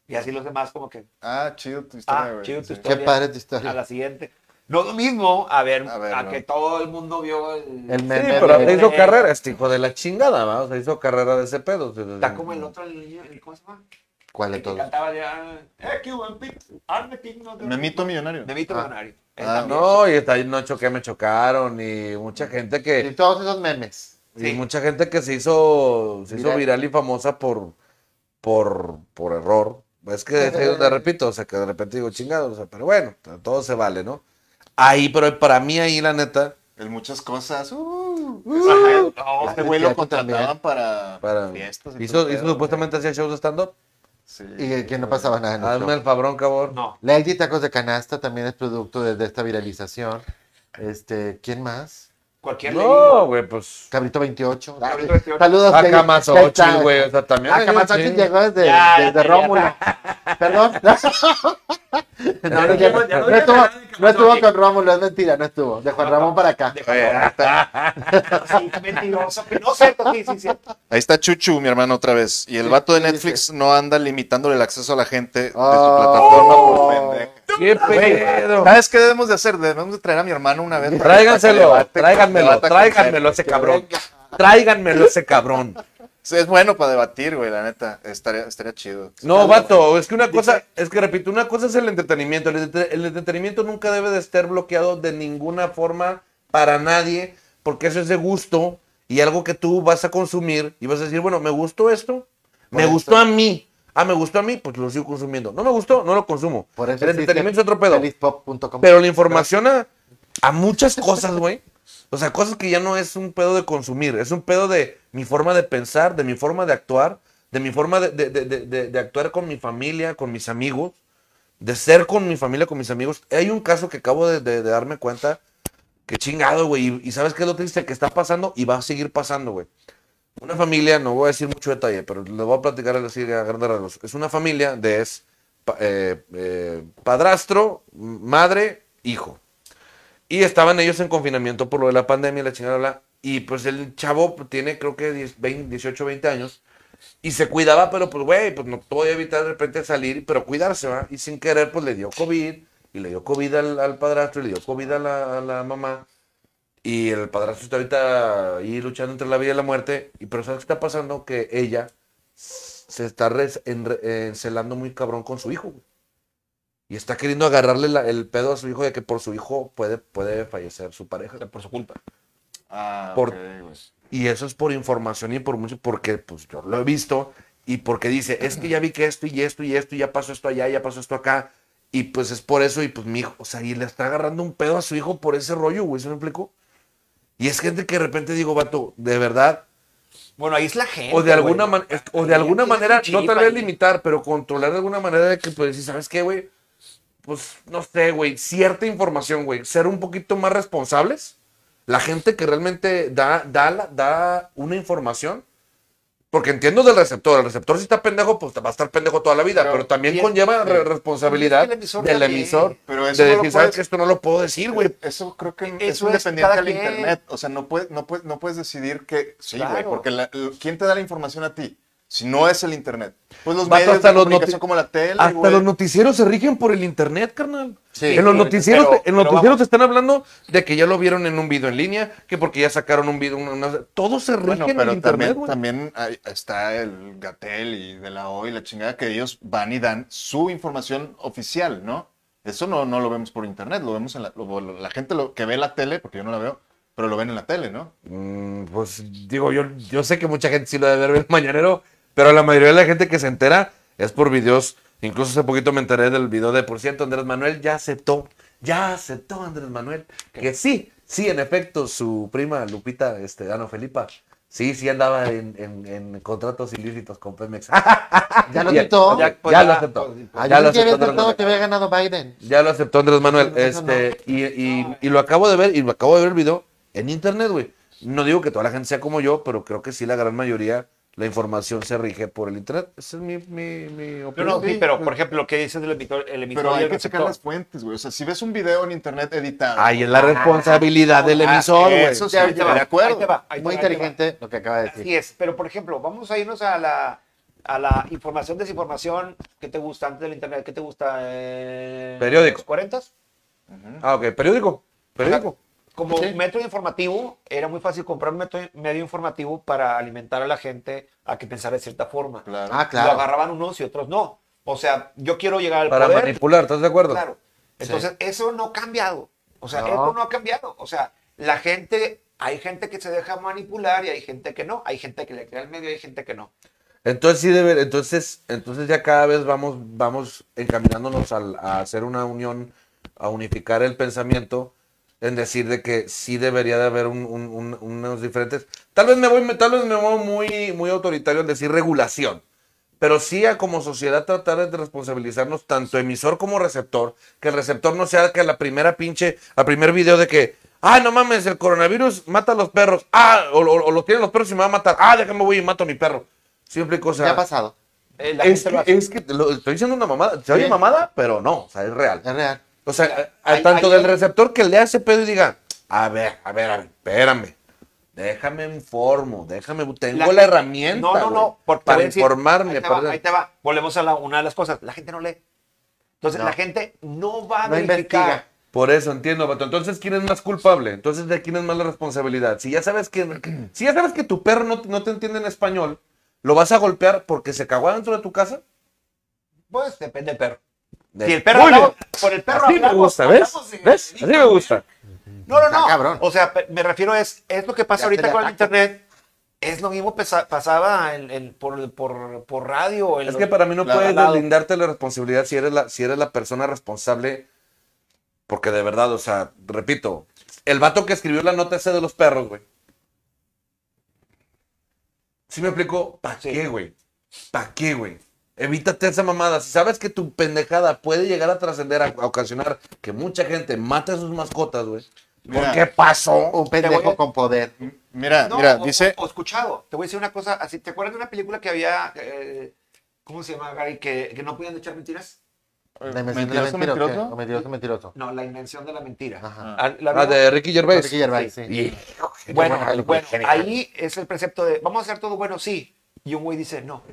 Y así los demás como que, Ah, chido tu ah, historia, güey. chido tu Sí. historia. padre tu historia. A la siguiente. No es lo mismo, a ver, A a, ver, no. que todo el mundo vio el... El Sí, meme. pero de- hizo Eh. carrera este hijo de la chingada, ¿va? O sea, hizo carrera de ese pedo. Está como el otro, el niño, el- ¿cómo se llama? ¿Cuál de El que todos? cantaba de... ah, Eh, qué buen pit, hazme king, no te- Memito millonario. Memito Ah. Millonario. Él Ah, también. No, y está ahí, no choqué, me chocaron. Y mucha gente Y que. todos esos memes. Y Sí. mucha gente que se hizo. Se hizo Viral. viral y famosa por. Por. Por error. Es que te, te repito, o sea, que de repente digo chingado, o sea, pero bueno, todo se vale, ¿no? Ahí, pero para mí, ahí, la neta. El muchas cosas. Uh, Uh. Ajá, no, este Ah, güey lo teatro también. contrataban para, Para, fiestas. y todo hizo, el hizo pedo, supuestamente hacía shows de stand-up. güey. Sí. Y que no pasaba nada. en el show. Hazme el fabrón, cabrón. No. La LG Tacos de Canasta también es producto de, de esta viralización. Este, ¿quién más? Cualquier No, güey, pues. Cabrito 28. Cabrito 28. Saludos. A Yayi. Camasochil, Ya- güey. O sea, también. Ah, Camasochil llegó desde, Ya, ya desde tenía- Rómulo. Perdón. No, no, no llegó. dijimos- ya no No estuvo- dijimos nada de no estuvo Camasochil. con Rómulo, es mentira, no estuvo. De Juan Ramón para acá. De Sí, mentiroso, que no cierto, sí, sí, cierto. Ahí está Chuchu, mi hermano, otra vez. Y el Sí, vato de sí, Netflix no anda limitándole el acceso a la gente de su plataforma Oh. por pendejo. ¡Qué pedo! ¿Sabes qué debemos de hacer? Debemos de traer a mi hermano una vez. Tráiganselo, Para que debate- tráiganmelo, debata con tráiganmelo ese cabrón. Tráiganmelo ese cabrón. Sí, Es bueno para debatir, güey, la neta. Estaría, estaría chido. No, vato, es que una cosa, es que repito, una cosa es el entretenimiento. El, entre- el entretenimiento nunca debe de estar bloqueado de ninguna forma para nadie, porque eso es de gusto y algo que tú vas a consumir y vas a decir, bueno, me gustó esto, me Por gustó eso- a mí. Ah, me gustó a mí, pues lo sigo consumiendo. No me gustó, no lo consumo. Por eso el existe entretenimiento es otro pedo. Felispop.com. Pero la información a, a muchas cosas, güey. O sea, cosas que ya no es un pedo de consumir, es un pedo de mi forma de pensar, de mi forma de actuar, de mi forma de, de- de- de- de- de actuar con mi familia, con mis amigos, de ser con mi familia, con mis amigos. Hay un caso que acabo de, de- de darme cuenta, que chingado, güey. Y, y sabes qué es lo triste que está pasando y va a seguir pasando, güey. Una familia, no voy a decir mucho detalle, pero le voy a platicar así a grandes rasgos. Es una familia de es pa- eh, eh, padrastro, m- madre, hijo. Y estaban ellos en confinamiento por lo de la pandemia, y la chingada, bla, bla. Y pues el chavo pues, tiene creo que 10, 20, 18, 20 años. Y se cuidaba, pero pues, güey, pues no podía evitar de repente salir, pero cuidarse, ¿va? Y sin querer, pues le dio COVID. Y le dio COVID al, al padrastro, y le dio COVID a la, a la mamá. Y el padrastro está ahorita ahí luchando entre la vida y la muerte. Y pero ¿sabes qué está pasando? Que ella se está res- enre- eh, encelando muy cabrón con su hijo. güey. Y está queriendo agarrarle la- el pedo a su hijo de que por su hijo puede, puede fallecer su pareja. Por su culpa. Ah, Por- ok, güey. pues. Y eso es por información y por mucho, porque pues yo lo he visto y porque dice, es que ya vi que esto y esto y esto, y ya pasó esto allá, ya pasó esto acá. Y pues es por eso, y pues mi hijo, o sea, y le está agarrando un pedo a su hijo por ese rollo, güey, ¿se me explicó? Y es gente que de repente digo, vato, de verdad, Bueno, ahí es la gente. o de alguna, güey. man- es- o de alguna Tienes manera, un chip no tal vez ahí. limitar, pero controlar de alguna manera de que pues decir, ¿sabes qué, güey? Pues no sé, güey, cierta información, güey, ser un poquito más responsables. La gente que realmente da, da, la- da una información, porque entiendo del receptor, el receptor si está pendejo, pues va a estar pendejo toda la vida, pero, Pero también y es- conlleva re- sí. responsabilidad Y es que el emisor del también, emisor pero de eso no decir, lo ¿sabes puedes- que esto no lo puedo decir, güey? Eso creo que E- es eso es independiente cada del quien. internet. O sea, no puedes, no puedes, no puedes decidir que. Sí, güey, Claro. porque la- lo- ¿quién te da la información a ti? Si no es el internet. Pues los Vato, medios hasta de los comunicación noti- como la tele, Hasta güey. los noticieros se rigen por el internet, carnal. Sí, en los güey, noticieros, pero- en los pero noticieros vamos. están hablando de que ya lo vieron en un video en línea, que porque ya sacaron un video, una, una- todo se rige Bueno, en el pero internet, también, güey. también hay- está el Gatel y de la O y la chingada que ellos van y dan su información oficial, ¿no? Eso no, no lo vemos por internet, lo vemos en la, lo- lo- la gente lo, que ve la tele, porque yo no la veo, pero lo ven en la tele, ¿no? Mm, pues digo, yo, yo sé que mucha gente sí lo debe ver el mañanero, pero la mayoría de la gente que se entera es por videos. Incluso hace poquito me enteré del video de, por cierto, Andrés Manuel ya aceptó, ya aceptó Andrés Manuel que sí, Sí, en efecto, su prima Lupita, este, Ana Felipa, sí, sí andaba en, en- en contratos ilícitos con Pemex. Ya lo Ya- quitó. Ya, pues, ya lo ah, aceptó. pues, Ah, Ya lo yo pensé que había aceptó Andrés aceptado Manuel. que había ganado Biden. Ya lo aceptó Andrés Manuel. Eso no. Este, y, y- y lo acabo de ver, y lo acabo de ver el video en internet, güey. No digo que toda la gente sea como yo, pero creo que sí la gran mayoría, la información se rige por el internet. Esa es mi, mi, mi Pero opinión. no, sí, pero por ejemplo, lo que dices del emisor, el emisor Pero y hay el que checar receptor. las fuentes, güey. O sea, si ves un video en internet editado. Ahí Ah, es la responsabilidad del Ah, emisor, güey. Eso sí, Pues, Ya, ahí te va, de ahí te acuerdo. va, ahí Muy te va, ahí te va. inteligente lo que acaba de decir. Así es, pero por ejemplo, vamos a irnos a la, a la información, desinformación. ¿Qué te gusta antes del internet? ¿Qué te gusta? eh, Periódico. ¿Los 40? Ah, ok, periódico. Periódico. Como Sí. método informativo, era muy fácil comprar un método- medio informativo para alimentar a la gente a que pensara de cierta forma. Claro. Ah, Lo claro. agarraban unos y otros no. O sea, yo quiero llegar al Para poder. manipular, ¿estás de acuerdo? Claro. Entonces, eso no ha cambiado. O sea, No. eso no ha cambiado. O sea, la gente, hay gente que se deja manipular y hay gente que no. Hay gente que le crea el medio y hay gente que no. Entonces sí debe, entonces, entonces ya cada vez vamos, vamos encaminándonos al- a, hacer una unión, a unificar el pensamiento, en decir de que sí debería de haber un- un- un- unos diferentes. Tal vez me voy, tal vez me voy muy, muy autoritario en decir regulación. Pero sí a como sociedad tratar de responsabilizarnos tanto emisor como receptor, que el receptor no sea que la primera pinche, al primer video de que, ah, no mames, el coronavirus mata a los perros, ah, o, o- o lo tienen los perros y me va a matar, ah, déjame voy y mato a mi perro. Siempre cosa. Ya ha pasado. Eh, la Es gente lo que, hace. es que te lo- estoy diciendo una mamada, se oye Sí. mamada, pero no, o sea, es real. Es real. O sea, al Hay- tanto hay- del receptor que le hace pedo y diga, a ver, a ver, a ver, espérame. Déjame informo, déjame, tengo la, gente- herramienta No, no, güey, no. porque para voy a decir, informarme. Ahí te, para- va, ahí te va. Volvemos a la- una de las cosas. La gente no lee. Entonces, No. la gente no va a No verificar. investiga. Por eso entiendo, Vato. Entonces, ¿quién es más culpable? Entonces, ¿de quién es más la responsabilidad? Si ya sabes que, si ya sabes que tu perro no, no te entiende en español, ¿lo vas a golpear porque se cagó adentro de tu casa? Pues depende del perro. De- Si el perro Muy bien. hablamos- por el perro Así me hablamos- gusta, ¿ves? hablamos en ¿Ves? el Así me gusta. No, no, Está no. cabrón. O sea, pe- me refiero es, es lo que Ya pasa se ahorita le con el ataca. internet. Es lo mismo pesa- pasaba en- en- por, por- por radio. en Es los- que para mí no la- puedes al lado. deslindarte la responsabilidad si eres la, si eres la persona responsable. Porque de verdad, o sea, repito, el vato que escribió la nota ese de los perros, güey. ¿Sí me explico? ¿Para Sí. qué, güey? ¿Para qué, güey? Evítate esa mamada. Si sabes que tu pendejada puede llegar a trascender, a, a ocasionar que mucha gente mate a sus mascotas, güey. ¿Por Mira. qué pasó? Un pendejo voy a- con poder. Mira, No, mira, o- dice. o- o escuchado. Te voy a decir una cosa. Así, ¿Te acuerdas de una película que había. eh, ¿Cómo se llama, Gary? Que, que no podían echar mentiras. Eh, La invención de la ¿Mentiroso, mentira, ¿o qué? mentiroso? ¿O mentiroso, mentiroso? No, la invención de la mentira. Ajá. Ah, ¿la Ah, vimos? de Ricky Gervais. Ricky Gervais, sí. Y- Bueno, Qué pues, buena bueno, película, ahí es el precepto de vamos a hacer todo bueno, sí. Y un güey dice no.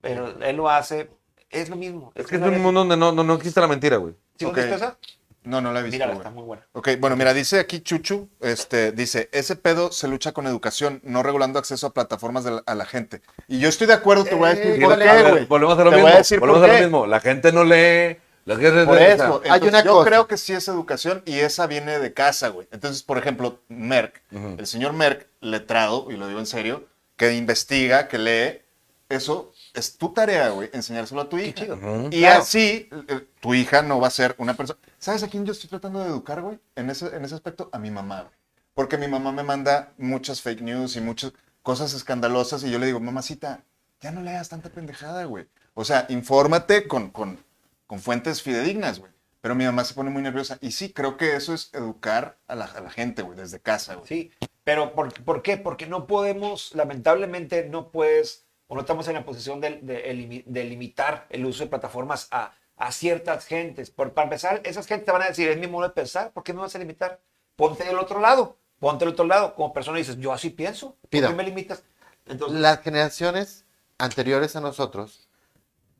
Pero él lo hace. Es lo mismo. es que es una un vez- mundo donde no, no, no existe la mentira, güey. ¿Sí Ok. viste esa? No, no la he visto. Mírala, güey. está muy buena. Ok, bueno, mira, dice aquí Chuchu, este, dice, ese pedo se lucha con educación, no regulando acceso a plataformas de la- a la gente. Y yo estoy de acuerdo, te voy a decir Eh, por A híjole, qué, ver, güey. Volvemos a lo Te mismo. voy a decir volvemos por a lo qué. mismo. La gente no lee. La gente Por eso. Hay Entonces, una yo cosa. creo que sí es educación y esa viene de casa, güey. Entonces, por ejemplo, Merck, el señor Merck, letrado, y lo digo en serio, que investiga, que lee, eso es tu tarea, güey, enseñárselo a tu hija. Y Claro. así eh, tu hija no va a ser una persona. ¿Sabes a quién yo estoy tratando de educar, güey? En ese, en ese aspecto, a mi mamá, güey. Porque mi mamá me manda muchas fake news y muchas cosas escandalosas y yo le digo, mamacita, ya no leas tanta pendejada, güey. O sea, infórmate con, con, con fuentes fidedignas, güey. Pero mi mamá se pone muy nerviosa. Y sí, creo que eso es educar a la, a la gente, güey, desde casa, güey. Sí, pero ¿por, por qué? Porque no podemos, lamentablemente, no puedes, o no estamos en la posición de, de elimi- de limitar el uso de plataformas a, a ciertas gentes. Por, para empezar, esas gentes te van a decir, es mi modo de pensar, ¿por qué me vas a limitar? Ponte del otro lado, ponte del otro lado. Como persona dices, yo así pienso, ¿por Pido. qué me limitas? Entonces, Las generaciones anteriores a nosotros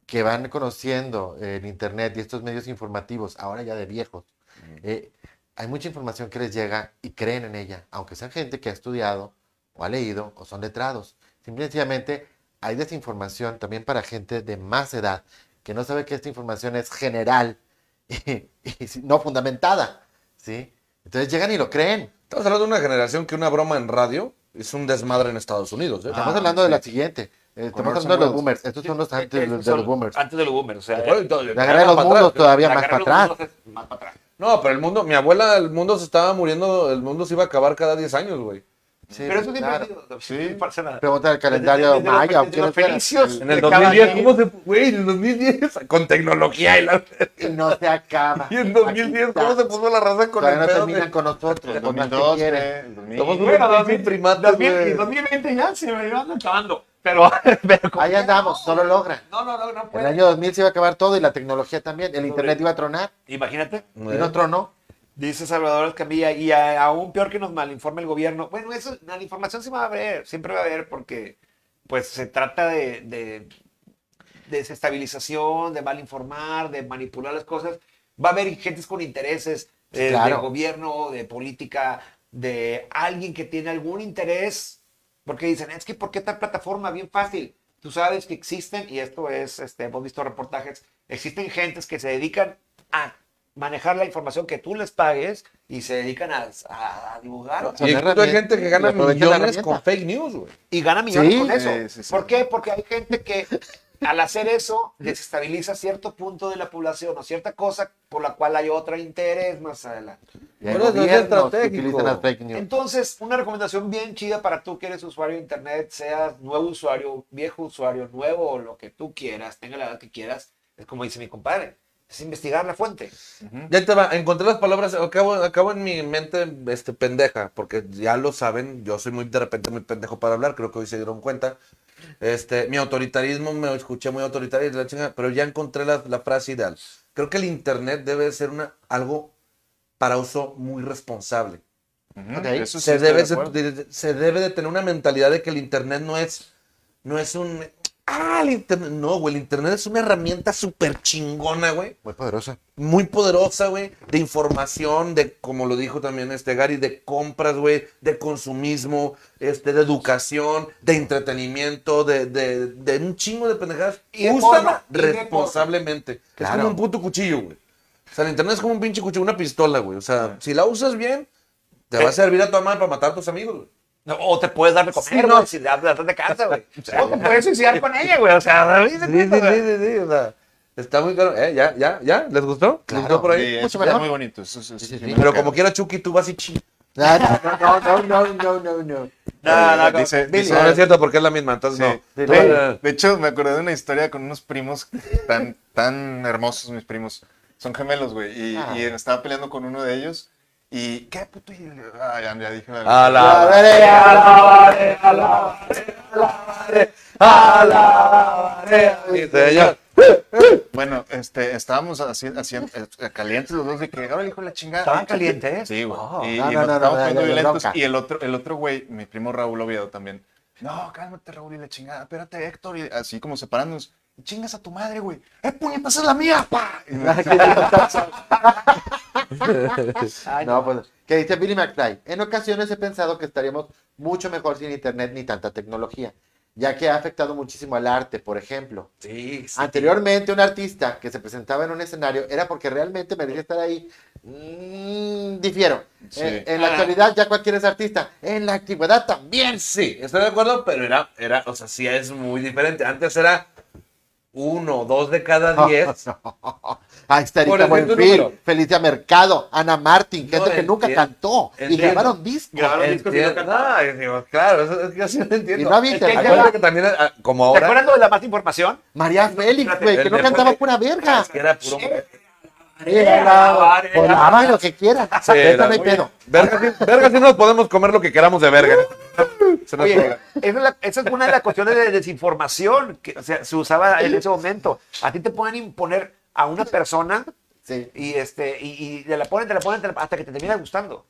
que van conociendo el internet y estos medios informativos, ahora ya de viejos, eh, hay mucha información que les llega y creen en ella, aunque sean gente que ha estudiado o ha leído o son letrados. Simplemente hay desinformación también para gente de más edad que no sabe que esta información es general y, y si- no fundamentada, ¿sí? Entonces llegan y lo creen. Estamos hablando de una generación que una broma en radio es un desmadre en Estados Unidos. ¿eh? Estamos Ah, hablando de sí. la siguiente. eh, Estamos Orson hablando de los Welles. boomers. Estos son los antes de, estos de eh, son los boomers. Antes de los boomers, o sea, Te acuerdas, eh, entonces, La guerra de los para mundos atrás. todavía la más guerra para de los atrás. mundos es más para atrás. No, pero el mundo, mi abuela, el mundo se estaba muriendo, el mundo se iba a acabar cada 10 años, güey. Sí, Pero eso siempre claro. ha sido. Sí. no pasa nada. Pregunta del calendario Desde- desde maya, los- o desde quién los fuera. fenicios. En el de cada 2010, quien. ¿cómo se. Güey, en el 2010, con tecnología y la. Y no se acaba. Y en 2010, ¿cómo se puso la raza con el Todavía no pedo de- terminan con nosotros. El lo más que 2012, quieren. el 2000. Somos Bueno, unos 2000, pinches primates, 2000, güey. 2020 ya se me van acabando. Pero, pero como Ahí quiera, andamos, no. solo logran. No, no, no, no El puede. año 2000 se iba a acabar todo y la tecnología también. El internet Sobre- iba a tronar Imagínate, y no tronó. dice Salvador Escamilla, y a- aún peor que nos malinforme el gobierno. Bueno, eso, la información sí va a haber, siempre va a haber, porque pues se trata de, de desestabilización, de mal informar, de manipular las cosas. Va a haber gentes con intereses Sí, eh, claro. de gobierno, de política, de alguien que tiene algún interés, porque dicen, es que ¿por qué tal plataforma? Bien fácil. Tú sabes que existen, y esto es, este, hemos visto reportajes, existen gentes que se dedican a manejar la información que tú les pagues y se dedican a, a- a divulgar. o sea, Y Son hay gente que herramientas, gana y aprovecha la millones con herramienta. fake news, güey. y gana millones Sí, con eso. eh, sí, sí. ¿Por qué? Porque hay gente que al hacer eso desestabiliza cierto punto de la población o cierta cosa por la cual hay otro interés más adelante. Y hay Pero eso es gobiernos que estratégico. utilizan las fake news. Entonces, una recomendación bien chida para tú que eres usuario de internet, seas nuevo usuario, viejo usuario, nuevo o lo que tú quieras, tenga la edad que quieras, es como dice mi compadre, es investigar la fuente. Ya te va, encontré las palabras, acabo, acabo en mi mente este, pendeja, porque ya lo saben, yo soy muy de repente muy pendejo para hablar, creo que hoy se dieron cuenta. Este, mi autoritarismo, me escuché muy autoritario, la chingada, pero ya encontré la, la frase ideal. Creo que el internet debe ser una, algo para uso muy responsable. Ujú, Ok. eso sí ¿eh? se, estoy debe, de acuerdo. de- de- se debe de tener una mentalidad de que el internet no es, no es un... Ah, el internet, no, güey, el internet es una herramienta súper chingona, güey Muy poderosa. muy poderosa, güey, de información, de, como lo dijo también este Gary, de compras, güey, de consumismo, este, de educación, de entretenimiento, de, de, de un chingo de pendejadas. Y de Úsala porno, y de responsablemente. Es Claro. como un puto cuchillo, güey. O sea, el internet es como un pinche cuchillo, una pistola, güey. O Ah. sea, si la usas bien, Eh. te va a servir a tu madre para matar a tus amigos, güey. No, o te puedes dar de comer, Sí, no. güey, si das das de casa, güey. O te puedes suicidar con ella, güey. O sea, ¿te das Sí, cuenta, sí, sí, güey? sí, sí, o sea, está muy claro. Eh, ya, ya, ya, ¿les gustó? ¿Les gustó por Sí, ahí? eso Mucho está mejor. muy bonito. eso- eso- eso- sí. Pero como quiera, Chucky, tú vas y chi. No, no, no, no, no, no, no. No, no, no. Dice- No, dice- no es cierto porque es la misma, entonces Sí. no. Sí, Tú- De, de hecho, me acordé de una historia con unos primos tan, tan hermosos, mis primos. Son gemelos, güey. Y, Ah. y estaba peleando con uno de ellos. Y qué puto. Y- Ah, ya, ya dije la. A A la. ver, ya, Sí, señor. Bueno, este, estábamos así, haciendo eh, calientes los dos. Y que ahora dijo la chingada. Estaban calientes. Sí, güey. Oh. y, y No, no, nos no, no, estábamos no, poniendo no, violentos. bronca. Y el otro, el otro güey, mi primo Raúl Oviedo también. No, cálmate, Raúl, y la chingada. Espérate, Héctor. Y así como separándonos. Y chingas a tu madre, güey. ¡Eh, puñetas es la mía, pa! Y me- Ay, No, pues, que dice Billy McFly, en ocasiones he pensado que estaríamos mucho mejor sin internet ni tanta tecnología, ya que ha afectado muchísimo al arte, por ejemplo. Sí, sí. Anteriormente, un artista que se presentaba en un escenario era porque realmente merecía estar ahí. Mm, difiero. Sí. Eh, en la Ah. actualidad ya cualquier es artista, en la antigüedad también. Bien, sí, estoy de acuerdo, pero era, era, o sea, sí es muy diferente. Antes era uno, dos de cada diez. Ahí está Por Erika decir tu número. Buenfil, Felicia Mercado, Ana Martín, gente No, que nunca entiendo. cantó y Entiendo. grabaron discos. Grabaron discos y no Entiendo. cantaban. Ay, digo, claro, eso es que yo sí lo entiendo. Y no había Es internet. que acuérdate que también, ah, como ¿Te ahora, acuerdas lo de la más información? María Félix, espérate, güey, que el no de- cantaba pura verga. es que era puro. Volaba, volaba Pues lo que quieran. Ah, Sí, De eso era no hay muy- pedo. Verga, sí- verga, sí nos podemos comer lo que queramos de verga. Se nos Oye, pega. esa es, la- esa es una de las cuestiones de desinformación que o sea, se usaba en ese momento. A ti te pueden imponer a una persona Sí. y este y, y te la ponen, te la ponen, te la- hasta que te termina gustando.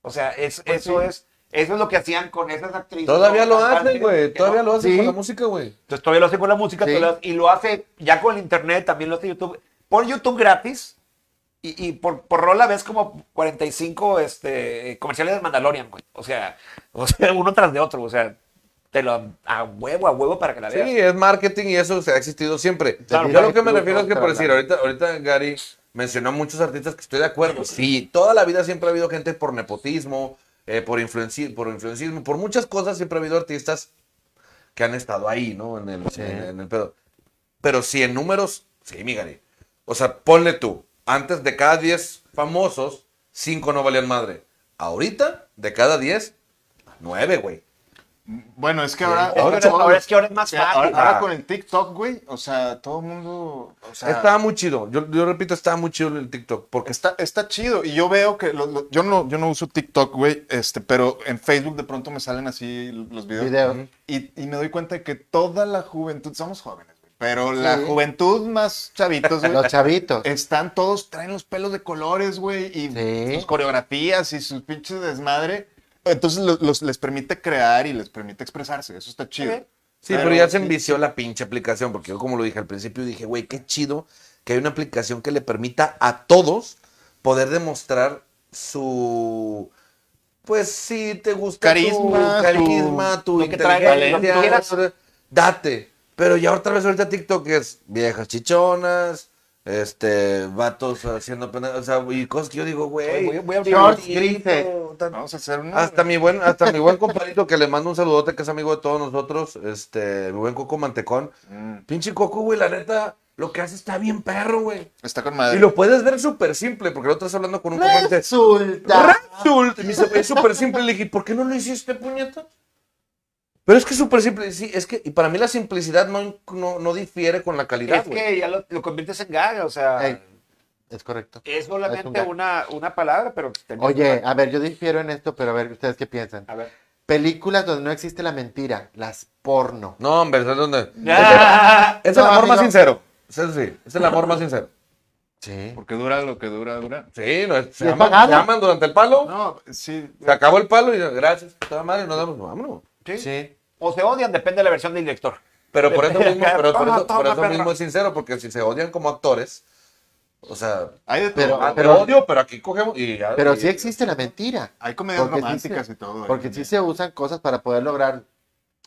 O sea, es, eso es eso es lo que hacían con esas actrices. Pues Todavía con lo cantantes, hacen, güey. que Todavía no. lo hacen Sí. con la música, güey. Entonces todavía lo hace con la música Sí. todavía lo hace- y lo hace ya con el internet, también lo hace YouTube. Pon YouTube gratis y, y por, por rola ves como 45 este, comerciales de Mandalorian, güey. O sea, o sea, uno tras de otro, o sea, te lo a huevo, a huevo para que la veas. Sí, es marketing y eso se ha existido siempre. Claro, Yo claro. lo que me refiero es que, por Claro. decir, ahorita, ahorita Gary mencionó muchos artistas que estoy de acuerdo. Sí, toda la vida siempre ha habido gente por nepotismo, eh, por, influenci- por influencismo, por muchas cosas siempre ha habido artistas que han estado ahí, ¿no? En el, en- en el pedo. Pero sí, en números, sí, mi Gary. O sea, ponle tú, antes de cada 10 famosos, cinco no valían madre. Ahorita, de cada 10, nueve, güey. Bueno, es que ahora. Ahora es- ahora es que ahora es más o sea, fácil. Ahora, ahora Ah. con el TikTok, güey, o sea, todo el mundo. O sea, estaba muy chido. Yo, yo repito, estaba muy chido el TikTok. Porque Está, está chido. Y yo veo que. lo- lo- yo, no, yo no uso TikTok, güey. Este, pero en Facebook de pronto me salen así los videos. Videos. Y, y me doy cuenta de que toda la juventud. Somos jóvenes, güey. Pero la Sí. juventud más chavitos, güey. Los chavitos. Están todos, traen los pelos de colores, güey. Y Sí. sus coreografías y sus pinches desmadre. Entonces lo- los, les permite crear y les permite expresarse. Eso está chido. Sí, pero, ya se envició la pinche aplicación, porque yo como lo dije al principio, dije, güey, qué chido que hay una aplicación que le permita a todos poder demostrar su... Pues sí, te gusta Carisma, tu tu- carisma, tu lo que traigas, inteligencia, lo que quieras. sobre- date. Pero ya otra vez ahorita TikTok es viejas chichonas, este, vatos haciendo, pena- o sea, y cosas que yo digo, güey, Voy- voy a abrir Shorts un- grises. tan- Vamos a hacer un. hasta mi buen, hasta mi buen compadrito que le mando un saludote, que es amigo de todos nosotros, este, mi buen Coco Mantecón. Mm, Pinche Coco, güey, la neta, lo que hace está bien perro, güey. está con madre. Y lo puedes ver súper simple, porque lo estás hablando con un Pues, compadre. Resulta. Resulta, me dice, "Güey, es súper simple. Le dije, ¿por qué no lo hiciste, puñeta? Pero es que es súper simple. Sí, es que, y para mí la simplicidad no, no, no difiere con la calidad, Es güey. que ya lo, lo conviertes en gaga, o sea, Ey, es correcto. es es un solamente gag. una, una palabra, pero... termina- Oye, a ver, yo difiero en esto, pero a ver, ¿ustedes qué piensan? A ver. Películas donde no existe la mentira, las porno. No, hombre, ¿sabes dónde? Ah, Es No, el amor amigo. más sincero. Eso sí, es el amor más sincero. Sí. Porque dura lo que dura, dura. Sí, no, es- se, Y es aman, pagada. se aman durante el palo. No, sí. Se acabó el palo y gracias, toda madre, nos damos, vámonos. ¿sí? Sí. O se odian, depende de la versión del director. Pero por eso mismo, pero por Toma, eso, por toma, eso perro. mismo es sincero, porque si se odian como actores, o sea, Hay de Pero- todo. ah, te pero- odio, pero aquí cogemos y ya. Pero y- sí existe la mentira. hay comedias Porque sí románticas se- y todo. Porque eh. sí se usan cosas para poder lograr.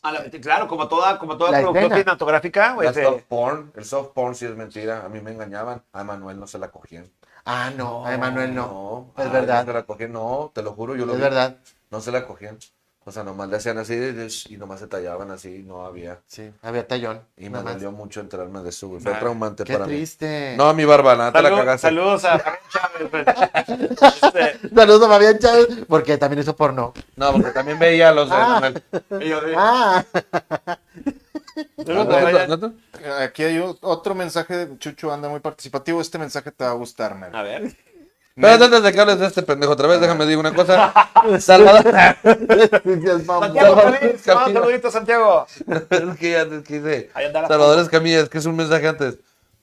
A la- claro, como toda, como toda La producción escena. cinematográfica, güey, La se- soft porn, el soft porn sí es mentira, a mí me engañaban, a Manuel no se la cogían. Ah, no, a Emanuel no. a Es él No se verdad. la cogían, no, te lo juro, yo lo Es vi. verdad. No se la cogían. O sea, nomás le hacían así de- de- y nomás se tallaban así, no había. Sí. Había tallón. Y me nada más. dolió mucho enterarme de eso, güey. Fue Nah, traumante Qué para triste. mí. No, mi barba, nada, te la Salud- cagaste. saludos a Fabián Chávez. güey. Este, Saludos a Fabián Chávez, porque también hizo porno. No, porque también veía los de Ah. Manuel. y yo de- Ah, saludos a Ah, Fabián. ¿no te- Aquí hay o- otro mensaje de Chucho, anda muy participativo. Este mensaje te va a gustar, Mer. A ver. Pero antes de que hables de este pendejo otra vez, déjame decir una cosa. Salvador. Dios, mamá. Santiago, Salvador feliz. Escamilla. Manda saluditos, Santiago. es que ya te quise. Ahí anda la Salvador Escamilla, es que es un mensaje antes.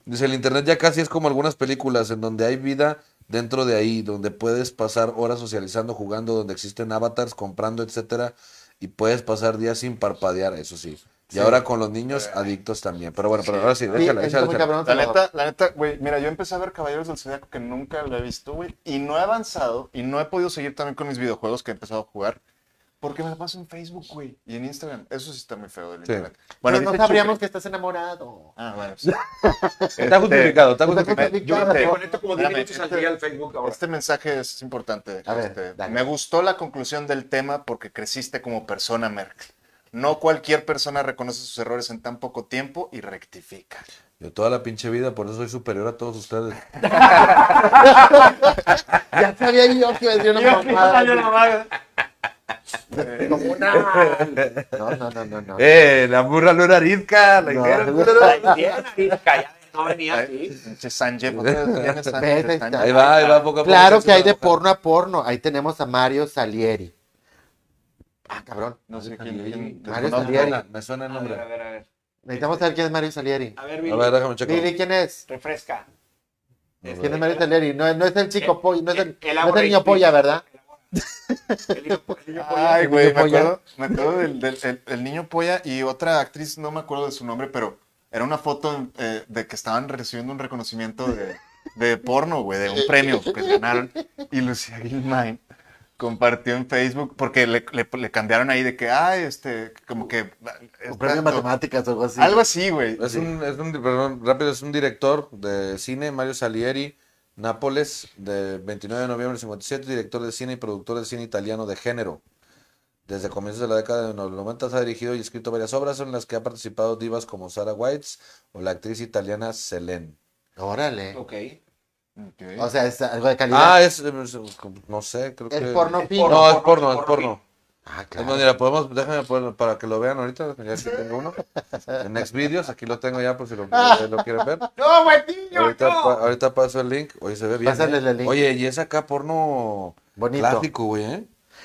Dice, el internet ya casi es como algunas películas en donde hay vida dentro de ahí, donde puedes pasar horas socializando, jugando, donde existen avatars, comprando, etcétera, y puedes pasar días sin parpadear, eso sí. Y ahora con los niños adictos también. Pero bueno, pero ahora sí, Sí, déjala, está déjala, muy déjala. cabrón, La Salvador. neta, la neta, güey, mira, yo empecé a ver Caballeros del Zodiaco que nunca lo he visto, güey, y no he avanzado y no he podido seguir también con mis videojuegos que he empezado a jugar porque me la paso en Facebook, güey, y en Instagram. Eso sí está muy feo del Sí. internet. Bueno, no dice sabríamos Chucho- que estás enamorado. Ah, bueno. sí. Este, Está justificado, está Está justificado. Yo justificado. te- Me conecto como 10 Espérame, minutos al este- día al Facebook ahora. Este mensaje es importante. A ver, este, dale. me gustó la conclusión del tema porque creciste como persona, Merck. No cualquier persona reconoce sus errores en tan poco tiempo y rectifica. Yo toda la pinche vida, por eso soy superior a todos ustedes. Ya sabía yo que iba a decir una Yo- yo mamada. yo no mames. Como una- No, no, no, no, no. ¡Eh! La burra no era arisca, la No. higuera. Ay, bien, ahí, callado, No venía así. Pinche Sánchez, otra vez viene Sánchez, Ves, ahí está. Ahí Sánchez. va, ahí va poco a poco. Claro que hay de deporte. porno a porno. Ahí tenemos a Mario Salieri. Ah, cabrón. No sé quién. quién- Mario No, desconozco. me Salieri. suena, me suena el A ver, a nombre. ver, a ver. Necesitamos saber quién es Mario Salieri. A ver, A ver, Billy, déjame Billy, checar. ¿quién es? refresca. Este, ¿Quién es Mario Salieri? No, no es el chico pollo, no es el, eh, El no es Aura el niño Street. polla, ¿verdad? El niño- el niño polla. Ay, güey, niño me polla. acuerdo, me acuerdo del, del- el- el niño polla y otra actriz, no me acuerdo de su nombre, pero era una foto eh, de que estaban recibiendo un reconocimiento de, de porno, güey, de un premio que ganaron. Y Lucía Gilmain compartió en Facebook porque le, le- le cambiaron ahí de que, ay, este, como que... Un premio de exacto, matemáticas o algo así. Algo así, güey. Es un, es un, perdón, rápido, es un director de cine, Mario Salieri, Nápoles, de 29 de noviembre del 57, director de cine y productor de cine italiano de género. Desde comienzos de la década de los 90 ha dirigido y escrito varias obras en las que ha participado divas como Sara Whites o la actriz italiana Selene. Órale. Ok. Ok. O sea, es algo de calidad. Ah, es, es- no sé, creo Es que... porno fino. No, es porno, es porno. Ah, Es claro. más, mira, podemos, déjame poner- para que lo vean ahorita, ya aquí tengo uno. En Next Videos, aquí lo tengo ya por si lo, lo quieren ver. ¡No, buen niño, Ahorita, no! pa- ahorita paso el link. Oye, se ve bien. Pásales ¿eh? el link. Oye, y es acá porno Bonito. clásico, güey, ¿eh?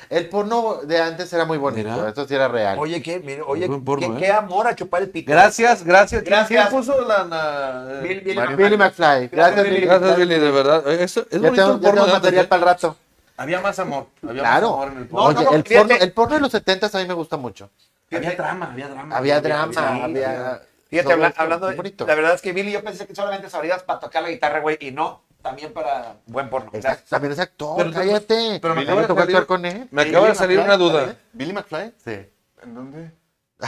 El porno de antes era muy bonito. Mira. Esto sí era real. Oye, qué, mire, oye, buen porno, qué, ¿eh? qué amor a chupar el pito. Gracias, gracias. ¿Quién- Gracias. ¿Quién puso la... la- Bill- Bill- Mario- Billy McFly. Gracias, Billy. Billy. Gracias, Billy, de verdad. Oye, eso- es Ya bonito tengo, el porno ya tengo de antes, material ¿eh? para el rato. Había más amor. Había Claro. más amor en el No, porno. Oye, no, no, el, fíjate. porno, el porno de los 70 a mí me gusta mucho. había drama, había drama. Había drama, sí, había... Fíjate, todo habla- eso, hablando muy de, bonito. la verdad es que Billy yo pensé que solamente sabrías para tocar la guitarra, güey, y no, también para buen porno. Exacto, también es actor, Pero- cállate. pero me Billy, acaba de me tocó salir- actuar con él. Me acaba de Billy salir una McFly, duda. ¿eh? ¿Billy McFly? Sí. ¿En dónde?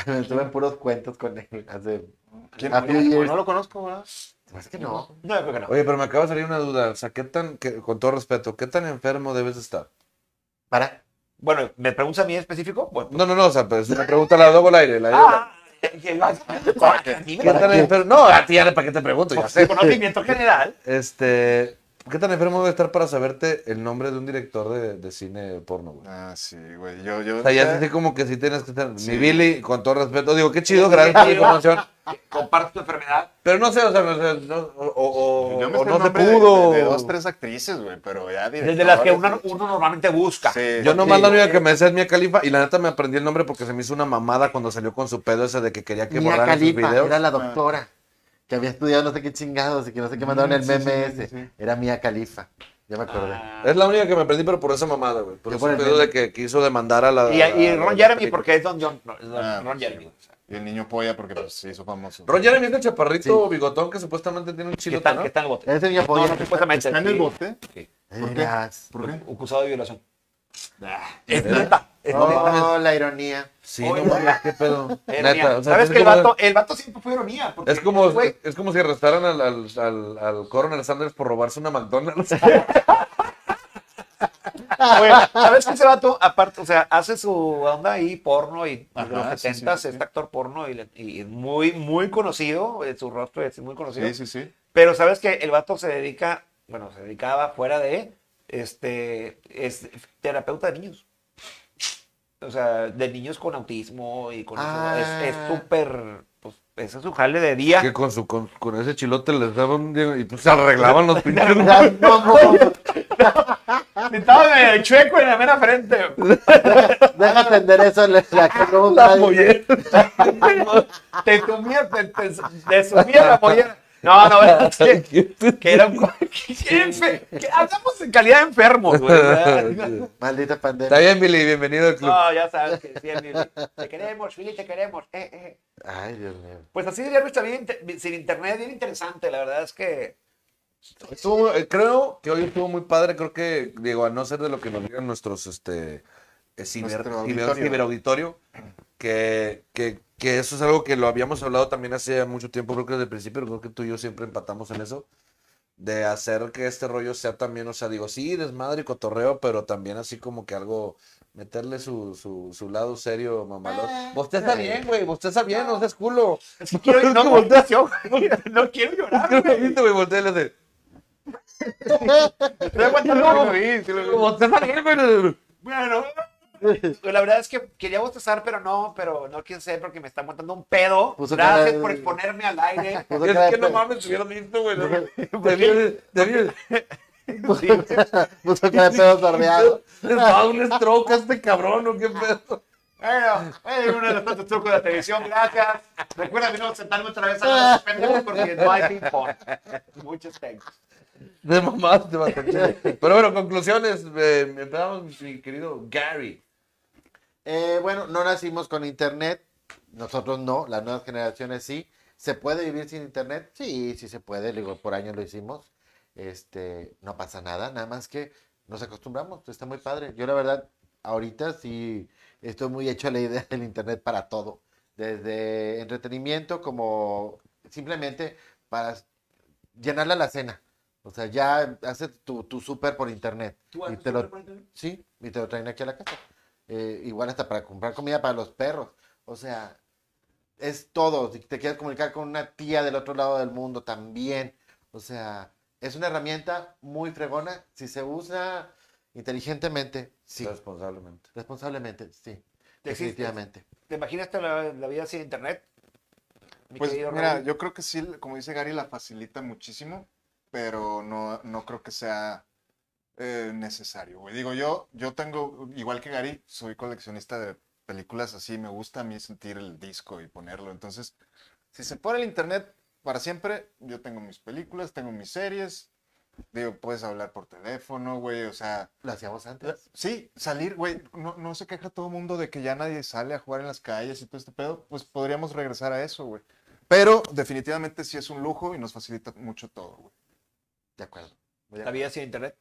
Me tuve en puros cuentos con él hace... ¿Quién? A No, Billy no es- lo conozco, ¿verdad? Es que no. No, yo creo que no. Oye, pero me acaba de salir una duda. O sea, ¿qué tan, que- con todo respeto, qué tan enfermo debes de estar? Para. Bueno, ¿me preguntas a mí en específico? Bueno, No, no, no, o sea, pues me pregunta la doble al aire. La ah, eh, ah, a mí me ¿Qué tan preguntas, enfermo? No, a ti ya para qué te pregunto, ya por sé. su conocimiento general. Este, ¿qué tan enfermo debe estar para saberte el nombre de un director de, de cine porno, güey? Ah, sí, güey. Yo, yo. O sea, ya eh, sé como que sí tienes que estar. Sí. Mi Billy, con todo respeto, digo, qué chido, gracias por la información. Comparte tu enfermedad. Pero no sé, o sea, no, sé, no- o, o- Yo me o sé no el se nombre de- pudo. De, de dos, tres actrices, güey, pero ya Desde las que uno, directores, uno normalmente busca. Sí, Yo sí. nomás Sí. la única que me decía es Mia Califa y la neta me aprendí el nombre porque se me hizo una mamada cuando salió con su pedo ese de que quería que Mía borraran sus Califa videos. era la doctora que había estudiado no sé qué chingados y que no Mm, sé qué mandaron el sí, meme sí, sí, ese. sí. Era Mía Califa. Ya me acordé. Ah. Es la única que me aprendí, pero por esa mamada, güey. Por Yo ese por el pedo meme. de que quiso demandar a la. Y, y Ron a la Jeremy, película. porque es Don John. no, es Don- Ah, Ron sí, Jeremy. güey. Y el niño polla, porque pues, se hizo famoso. Ron Jeremy es el chaparrito bigotón que supuestamente tiene un ¿Qué chilo, tal, ¿Qué tal el bote? Ese niño No, podía. no, supuestamente. ¿Está en el bote? ¿Por qué? Eras. ¿Por qué? Acusado de violación. ¿Es Es neta. Es neta. Oh, la ironía. Sí, Oye, no mames, qué pedo. Es Neta, ironía. o sea, es ¿Sabes que el como- vato, el vato siempre fue ironía? Porque Es como, güey, es como si arrestaran al, al, al, al Coronel Sanders por robarse una McDonald's. Oye, ¿sabes que ese vato, aparte, o sea, hace su onda ahí, porno, y de los Ajá, sí, 70 sí, sí. este actor porno, y, le- y muy, muy conocido, eh, su rostro es muy conocido. Sí, sí, sí. Pero sabes que el vato se dedica, bueno, se dedicaba fuera de, este, es terapeuta de niños. O sea, de niños con autismo y con eso. Ah. Es- Es súper, pues, ese es su jale de día. que con, su, con, con ese chilote les daban y pues se arreglaban los pinches. Ya, no, no, Estaba medio chueco en la mera frente. Deja atender eso. le- La que no usa- Te sumía, te, te, te sumía la mollera. No, no, es que, que era un... que enfe- que hablamos en calidad de enfermos, güey. ¿verdad? Maldita Está pandemia. bien, Billy, bienvenido al club. No, ya sabes que sí, Emily. Te queremos, Billy, te queremos. Eh, eh. Ay, Dios mío. Pues así de está bien, inte- sin internet, bien interesante, la verdad es que... Estuvo- eh, creo que hoy estuvo muy padre. Creo que, digo, a no ser de lo que nos digan nuestros este, eh, ciber, Nuestro ciber- auditorio. ciberauditorio, que, que, que eso es algo que lo habíamos hablado también hace mucho tiempo, creo que desde el principio, creo que tú y yo siempre empatamos en eso, de hacer que este rollo sea también, o sea, digo, sí, desmadre y cotorreo, pero también así como que algo, meterle su, su, su lado serio, mamalón. Vos te está bien, güey, vos te está bien, Ah. no seas culo. Es que quiero, no, no, no quiero llorar, Creo que güey. viste, Ah, güey, voltea y le hace, Estoy aguantando. "Vos te Pues está bien, güey". Bueno, Pues la verdad es que quería bostezar, pero no, pero no quise porque me está montando un pedo. Puso Gracias cara- por exponerme al aire. Puso cara Es que de no pe- mames, hubiera visto, güey. ¿no? ¿Por Te vi, te vi. Puso cara de pedo sorbeado. Les va a dar un stroke a este cabrón, ¿o qué pedo? Bueno, es uno de los tantos trucos de la televisión, gracias. Recuerda que no sentarme otra vez a los pendejos porque no hay ping-pong. Muchos thanks. De mamás, te va a tener. Pero bueno, conclusiones. eh, empezamos, mi querido Gary. Eh, bueno, no nacimos con internet. Nosotros no, las nuevas generaciones sí. ¿Se puede vivir sin internet? Sí, sí se puede. Digo, por años lo hicimos. Este, no pasa nada, nada más que nos acostumbramos. Está muy padre. Yo la verdad, ahorita sí estoy muy hecho a la idea del internet para todo. Desde entretenimiento como simplemente para llenarla la cena. O sea, ya haces tu, tu súper por internet. Y te lo- Sí, y te lo traen aquí a la casa. Eh, igual hasta para comprar comida para los perros. O sea, es todo. Si te quieres comunicar con una tía del otro lado del mundo también. O sea, Es una herramienta muy fregona si se usa inteligentemente, sí. Responsablemente. Responsablemente, sí. ¿Te existe? Definitivamente. ¿Te imaginas la, la vida sin internet? Mi Pues querido mira, Raúl. yo creo que sí, como dice Gary, la facilita muchísimo, pero no, no creo que sea eh, necesario, güey. Digo, yo, yo tengo, igual que Gary, soy coleccionista de películas así, me gusta a mí sentir el disco y ponerlo. Entonces, si se pone el internet para siempre, yo tengo mis películas, tengo mis series, digo, puedes hablar por teléfono, güey, o sea... Lo hacíamos antes. Eh, Sí, salir, güey, no, no se queja todo el mundo de que ya nadie sale a jugar en las calles y todo este pedo, pues podríamos regresar a eso, güey. Pero definitivamente sí es un lujo y nos facilita mucho todo, güey. De acuerdo. La vida sin internet.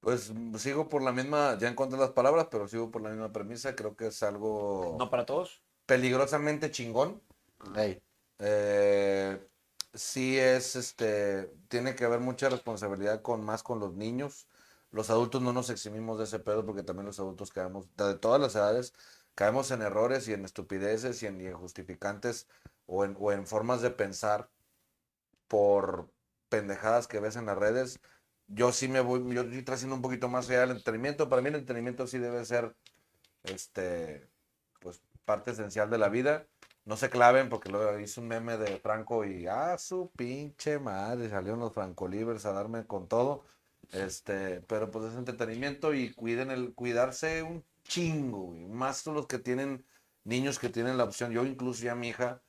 Pues mm, sigo por la misma, ya encontré las palabras, pero sigo por la misma premisa. Creo que es algo No para todos. peligrosamente chingón. Ey, Eh, sí es, este, tiene que haber mucha responsabilidad con más con los niños. Los adultos no nos eximimos de ese pedo porque también los adultos caemos, de todas las edades, caemos en errores y en estupideces y en, y en justificantes o en, o en formas de pensar por pendejadas que ves en las redes. Yo sí me voy, yo estoy haciendo un poquito más allá del entretenimiento. Para mí el entretenimiento sí debe ser, este, pues parte esencial de la vida. No se claven porque luego hice un meme de Franco y ah, su pinche madre, salieron los Franco Libres a darme con todo. Este, pero pues es entretenimiento y cuiden el, cuidarse un chingo, güey. Más los que tienen niños que tienen la opción. Yo incluso ya mi hija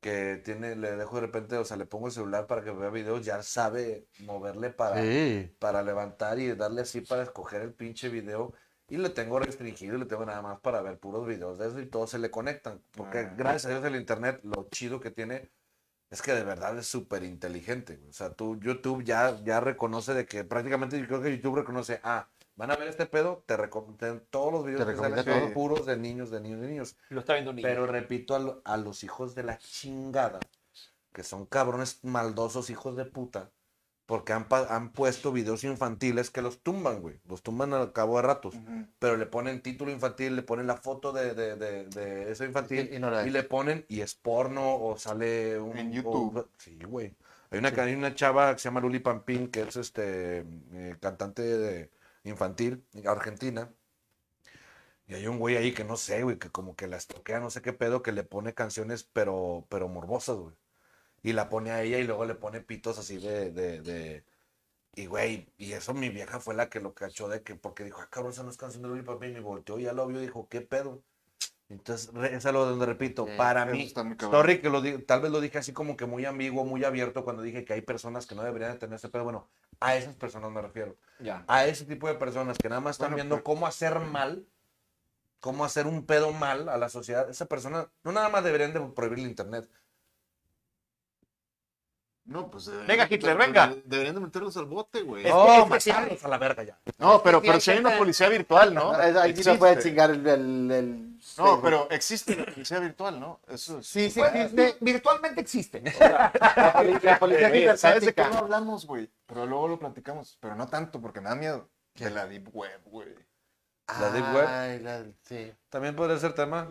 que tiene, le dejo de repente, o sea, le pongo el celular para que vea videos, ya sabe moverle para, Sí. para levantar y darle así para escoger el pinche video. Y le tengo restringido y le tengo nada más para ver puros videos de eso y todos se le conectan. Porque Ah. gracias a Dios el internet, lo chido que tiene es que de verdad es súper inteligente. O sea, tú, YouTube ya, ya reconoce de que prácticamente yo creo que YouTube reconoce, ah, van a ver este pedo, te recomiendan todos los videos Te que salen, recomienda todos todo. puros de niños, de niños, de niños. Lo está viendo un niño. Pero repito, a, lo- a los hijos de la chingada, que son cabrones maldosos, hijos de puta, porque han, pa- han puesto videos infantiles que los tumban, güey. Los tumban al cabo de ratos. Mm. Pero le ponen título infantil, le ponen la foto de, de, de- de eso infantil Y- y, y no la es. le ponen y es porno o sale un... En YouTube. o- sí, güey. Hay una, hay una chava que se llama Luli Pampín, que es este eh, cantante de infantil, argentina. Y hay un güey ahí que no sé, güey, que como que la estoquea, no sé qué pedo, que le pone canciones, pero, pero morbosas, güey. Y la pone a ella y luego le pone pitos así de, de, de- Y güey, y eso mi vieja fue la que lo cachó de que, porque dijo, ah, cabrón, esa no es canción de Luli Pampín. Y volteó, ya lo vio y dijo, ¿qué pedo? Entonces, re- es algo donde repito, Sí, para eso mí, está muy cabrón. sorry que lo di- tal vez lo dije así como que muy ambiguo, muy abierto cuando dije que hay personas que no deberían de tener ese pedo. Bueno, a esas personas me refiero Ya. a ese tipo de personas que nada más están Bueno, viendo pero- cómo hacer mal, cómo hacer un pedo mal a la sociedad, esa persona no nada más deberían de prohibir el internet. No, pues. Venga, Hitler, venga. Deberían de meterlos al bote, güey. Es- No, No, que- es que- matarlos a la verga ya. pero, es que pero hay si hay gente- una policía virtual, ¿no? No, es- ahí sí Existe. no puede chingar el. el- el- No, pero existe la policía virtual, ¿no? Eso es- Sí, sí Bueno, existe. vi- virtualmente existe. O sea, La poli- la policía Oye, ¿Sabes de qué cibernética. no hablamos, güey? Pero luego lo platicamos, pero no tanto porque me da miedo. De la Deep Web, güey. ¿La Deep Web? Ay, la- sí. También podría ser tema,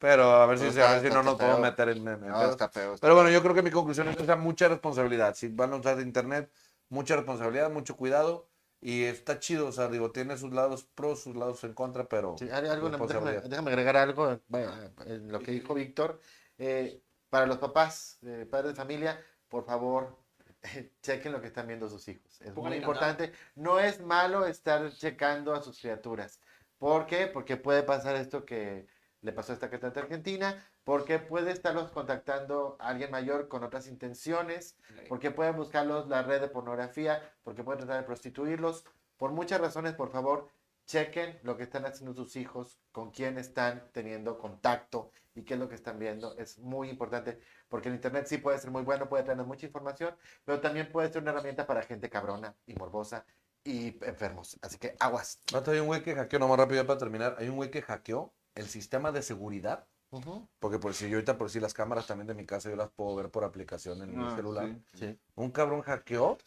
pero a ver si, Pero se- está- a ver si está- no está nos podemos feo. meter en... en- en No, pedos. está feo. Pero bueno, yo creo que mi conclusión es esa, mucha responsabilidad. Si van a usar internet, mucha responsabilidad, mucho cuidado. Y está chido, o sea, digo, tiene sus lados pros, sus lados en contra, pero... Sí, hay algo- déjame, responsabilidad. déjame agregar algo bueno, en lo que dijo Víctor. Eh, para los papás, eh, padres de familia, por favor, chequen lo que están viendo sus hijos. Es muy Póngale importante. No es malo estar checando a sus criaturas. ¿Por qué? Porque puede pasar esto que le pasó a esta cantante argentina, porque puede estarlos contactando a alguien mayor con otras intenciones, porque pueden buscarlos la red de pornografía, porque pueden tratar de prostituirlos. Por muchas razones, por favor, chequen lo que están haciendo sus hijos, con quién están teniendo contacto y qué es lo que están viendo. Es muy importante, porque el Internet sí puede ser muy bueno, puede traernos mucha información, pero también puede ser una herramienta para gente cabrona y morbosa y enfermos. Así que aguas. Ahorita hay un güey que hackeó, nomás rápido ya para terminar, hay un güey que hackeó el sistema de seguridad Ujú. Porque por si yo ahorita por si las cámaras también de mi casa yo las puedo ver por aplicación en Ah, mi celular. sí. Sí. Un cabrón hackeó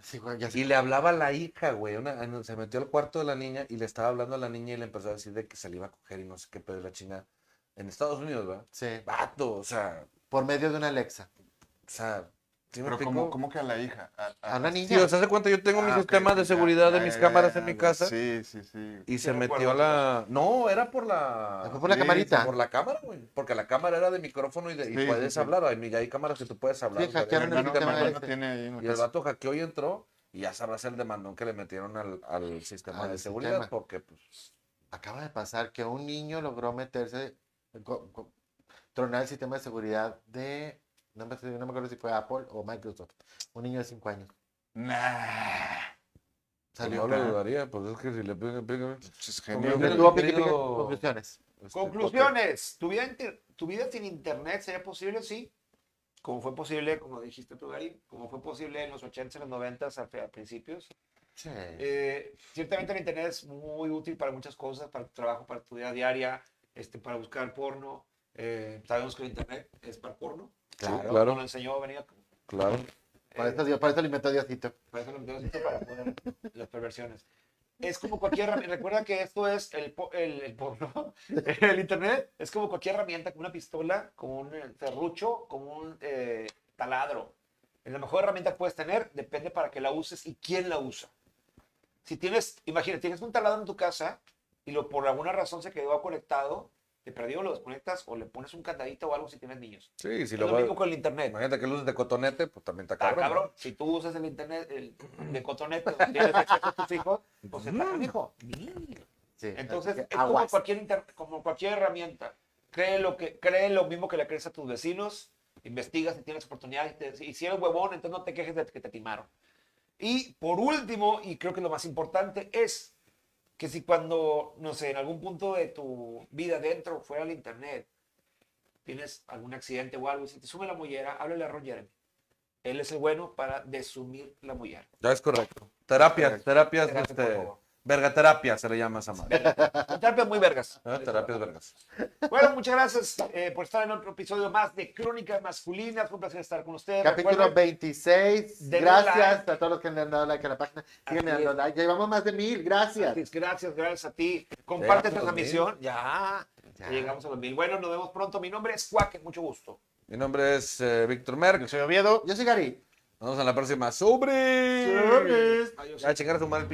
Sí, güey, ya sé. y le hablaba a la hija, güey. Una- en- se metió al cuarto de la niña y le estaba hablando a la niña y le empezó a decir de que se le iba a coger y no sé qué pedo de la chingada. En Estados Unidos, ¿verdad? Sí, Vato, o sea, por medio de una Alexa. o sea, ¿Sí me Pero explico? ¿cómo, cómo que a la hija? A, a- A una Sí, niña. o sea, se cuenta, yo tengo mis Ah, ok, sistemas de ya, seguridad de ya, mis ya, cámaras ya, en mi güey. casa Sí, sí, sí. y se recuerdo, metió a la... No, era por la... Fue por la Sí, camarita. Por la cámara, güey. Porque la cámara era de micrófono y, de- y Sí, sí, puedes sí. hablar. Hay, mi- hay cámaras que tú puedes hablar. Sí, o sea, Mi hackearon era el un hermano, sistema mi demandón. hermano este. tiene ahí en la Y el casa. vato hackeó y entró y ya sabrás el demandón que le metieron al, al sistema Al de seguridad sistema. porque pues... Acaba de pasar que un niño logró meterse, co- co- tronar el sistema de seguridad de, no me, no me acuerdo si fue Apple o Microsoft. Un niño de 5 años. Nah. Salió. no lo dudaría, pues es que si le pegan, pegan. Es Yo genio. creo Pero güey. que tuvo he pique, pique, querido- conclusiones. Este, Conclusiones. ¿Tu vida, en ti- ¿Tu vida sin internet sería posible? Sí. Como fue posible, como dijiste tú, Gary, como fue posible en los 80s, en los 90s, a, a principios. Sí. Eh, ciertamente el internet es muy útil para muchas cosas, para tu trabajo, para tu vida diaria, este, para buscar porno. Eh, sabemos que el internet es para porno. Claro, Nos claro, lo enseñó venía eh, claro. Para esto, Dios- para esto alimentó Diosito. Para eso lo metemos esto para poder las perversiones. Es como cualquier herramienta. Recuerda que esto es el, po- el, el porno. El internet es como cualquier herramienta, como una pistola, como un eh, serrucho, como un eh, taladro. Es la mejor herramienta que puedes tener, depende para qué la uses y quién la usa. Si tienes, imagina, tienes un taladro en tu casa y lo por alguna razón se quedó conectado, te perdió, lo desconectas o le pones un candadito o algo si tienes niños. Sí, si es lo lo va- mismo con el internet. Imagínate que luces de cotonete, pues también está Ah, cabrón. cabrón, si tú usas el internet el, de cotonete, o tienes acceso a tus hijos, pues Mm. está canijo. Sí. Entonces, así que es como aguas. cualquier, inter- como cualquier herramienta. Cree lo, que, cree lo mismo que le crees a tus vecinos, investiga si tienes oportunidades, y, te- y si eres huevón, entonces no te quejes de que te timaron. Y por último, y creo que lo más importante es que si cuando, no sé, en algún punto de tu vida dentro, fuera del internet, tienes algún accidente o algo, y si te sube la mollera, háblale a Ron Jeremy. Él es el bueno para desumir la mollera. Ya es correcto. Terapias, terapias, Terapia, por este, favor. vergaterapia se le llama esa madre. Terapias muy vergas. Ah, Terapias vergas. Bueno, muchas gracias eh, por estar en otro episodio más de Crónicas Masculinas. Fue un placer estar con ustedes. Capítulo Recuerden, 26. denle Gracias like. a todos los que le han dado like a la página. Síganme Así es. dando like. Ya llevamos más de mil. Gracias. gracias, gracias, gracias a ti. Llegamos Comparte esta a los mil. transmisión. Ya, Ya. llegamos a los mil. Bueno, nos vemos pronto. Mi nombre es Cuaque, mucho gusto. Mi nombre es eh, Víctor Merck. Yo soy Oviedo. Yo soy Gary. Nos vemos en la próxima. ¡Sobre! Adiós. Ya, chingar a su madre el pinche.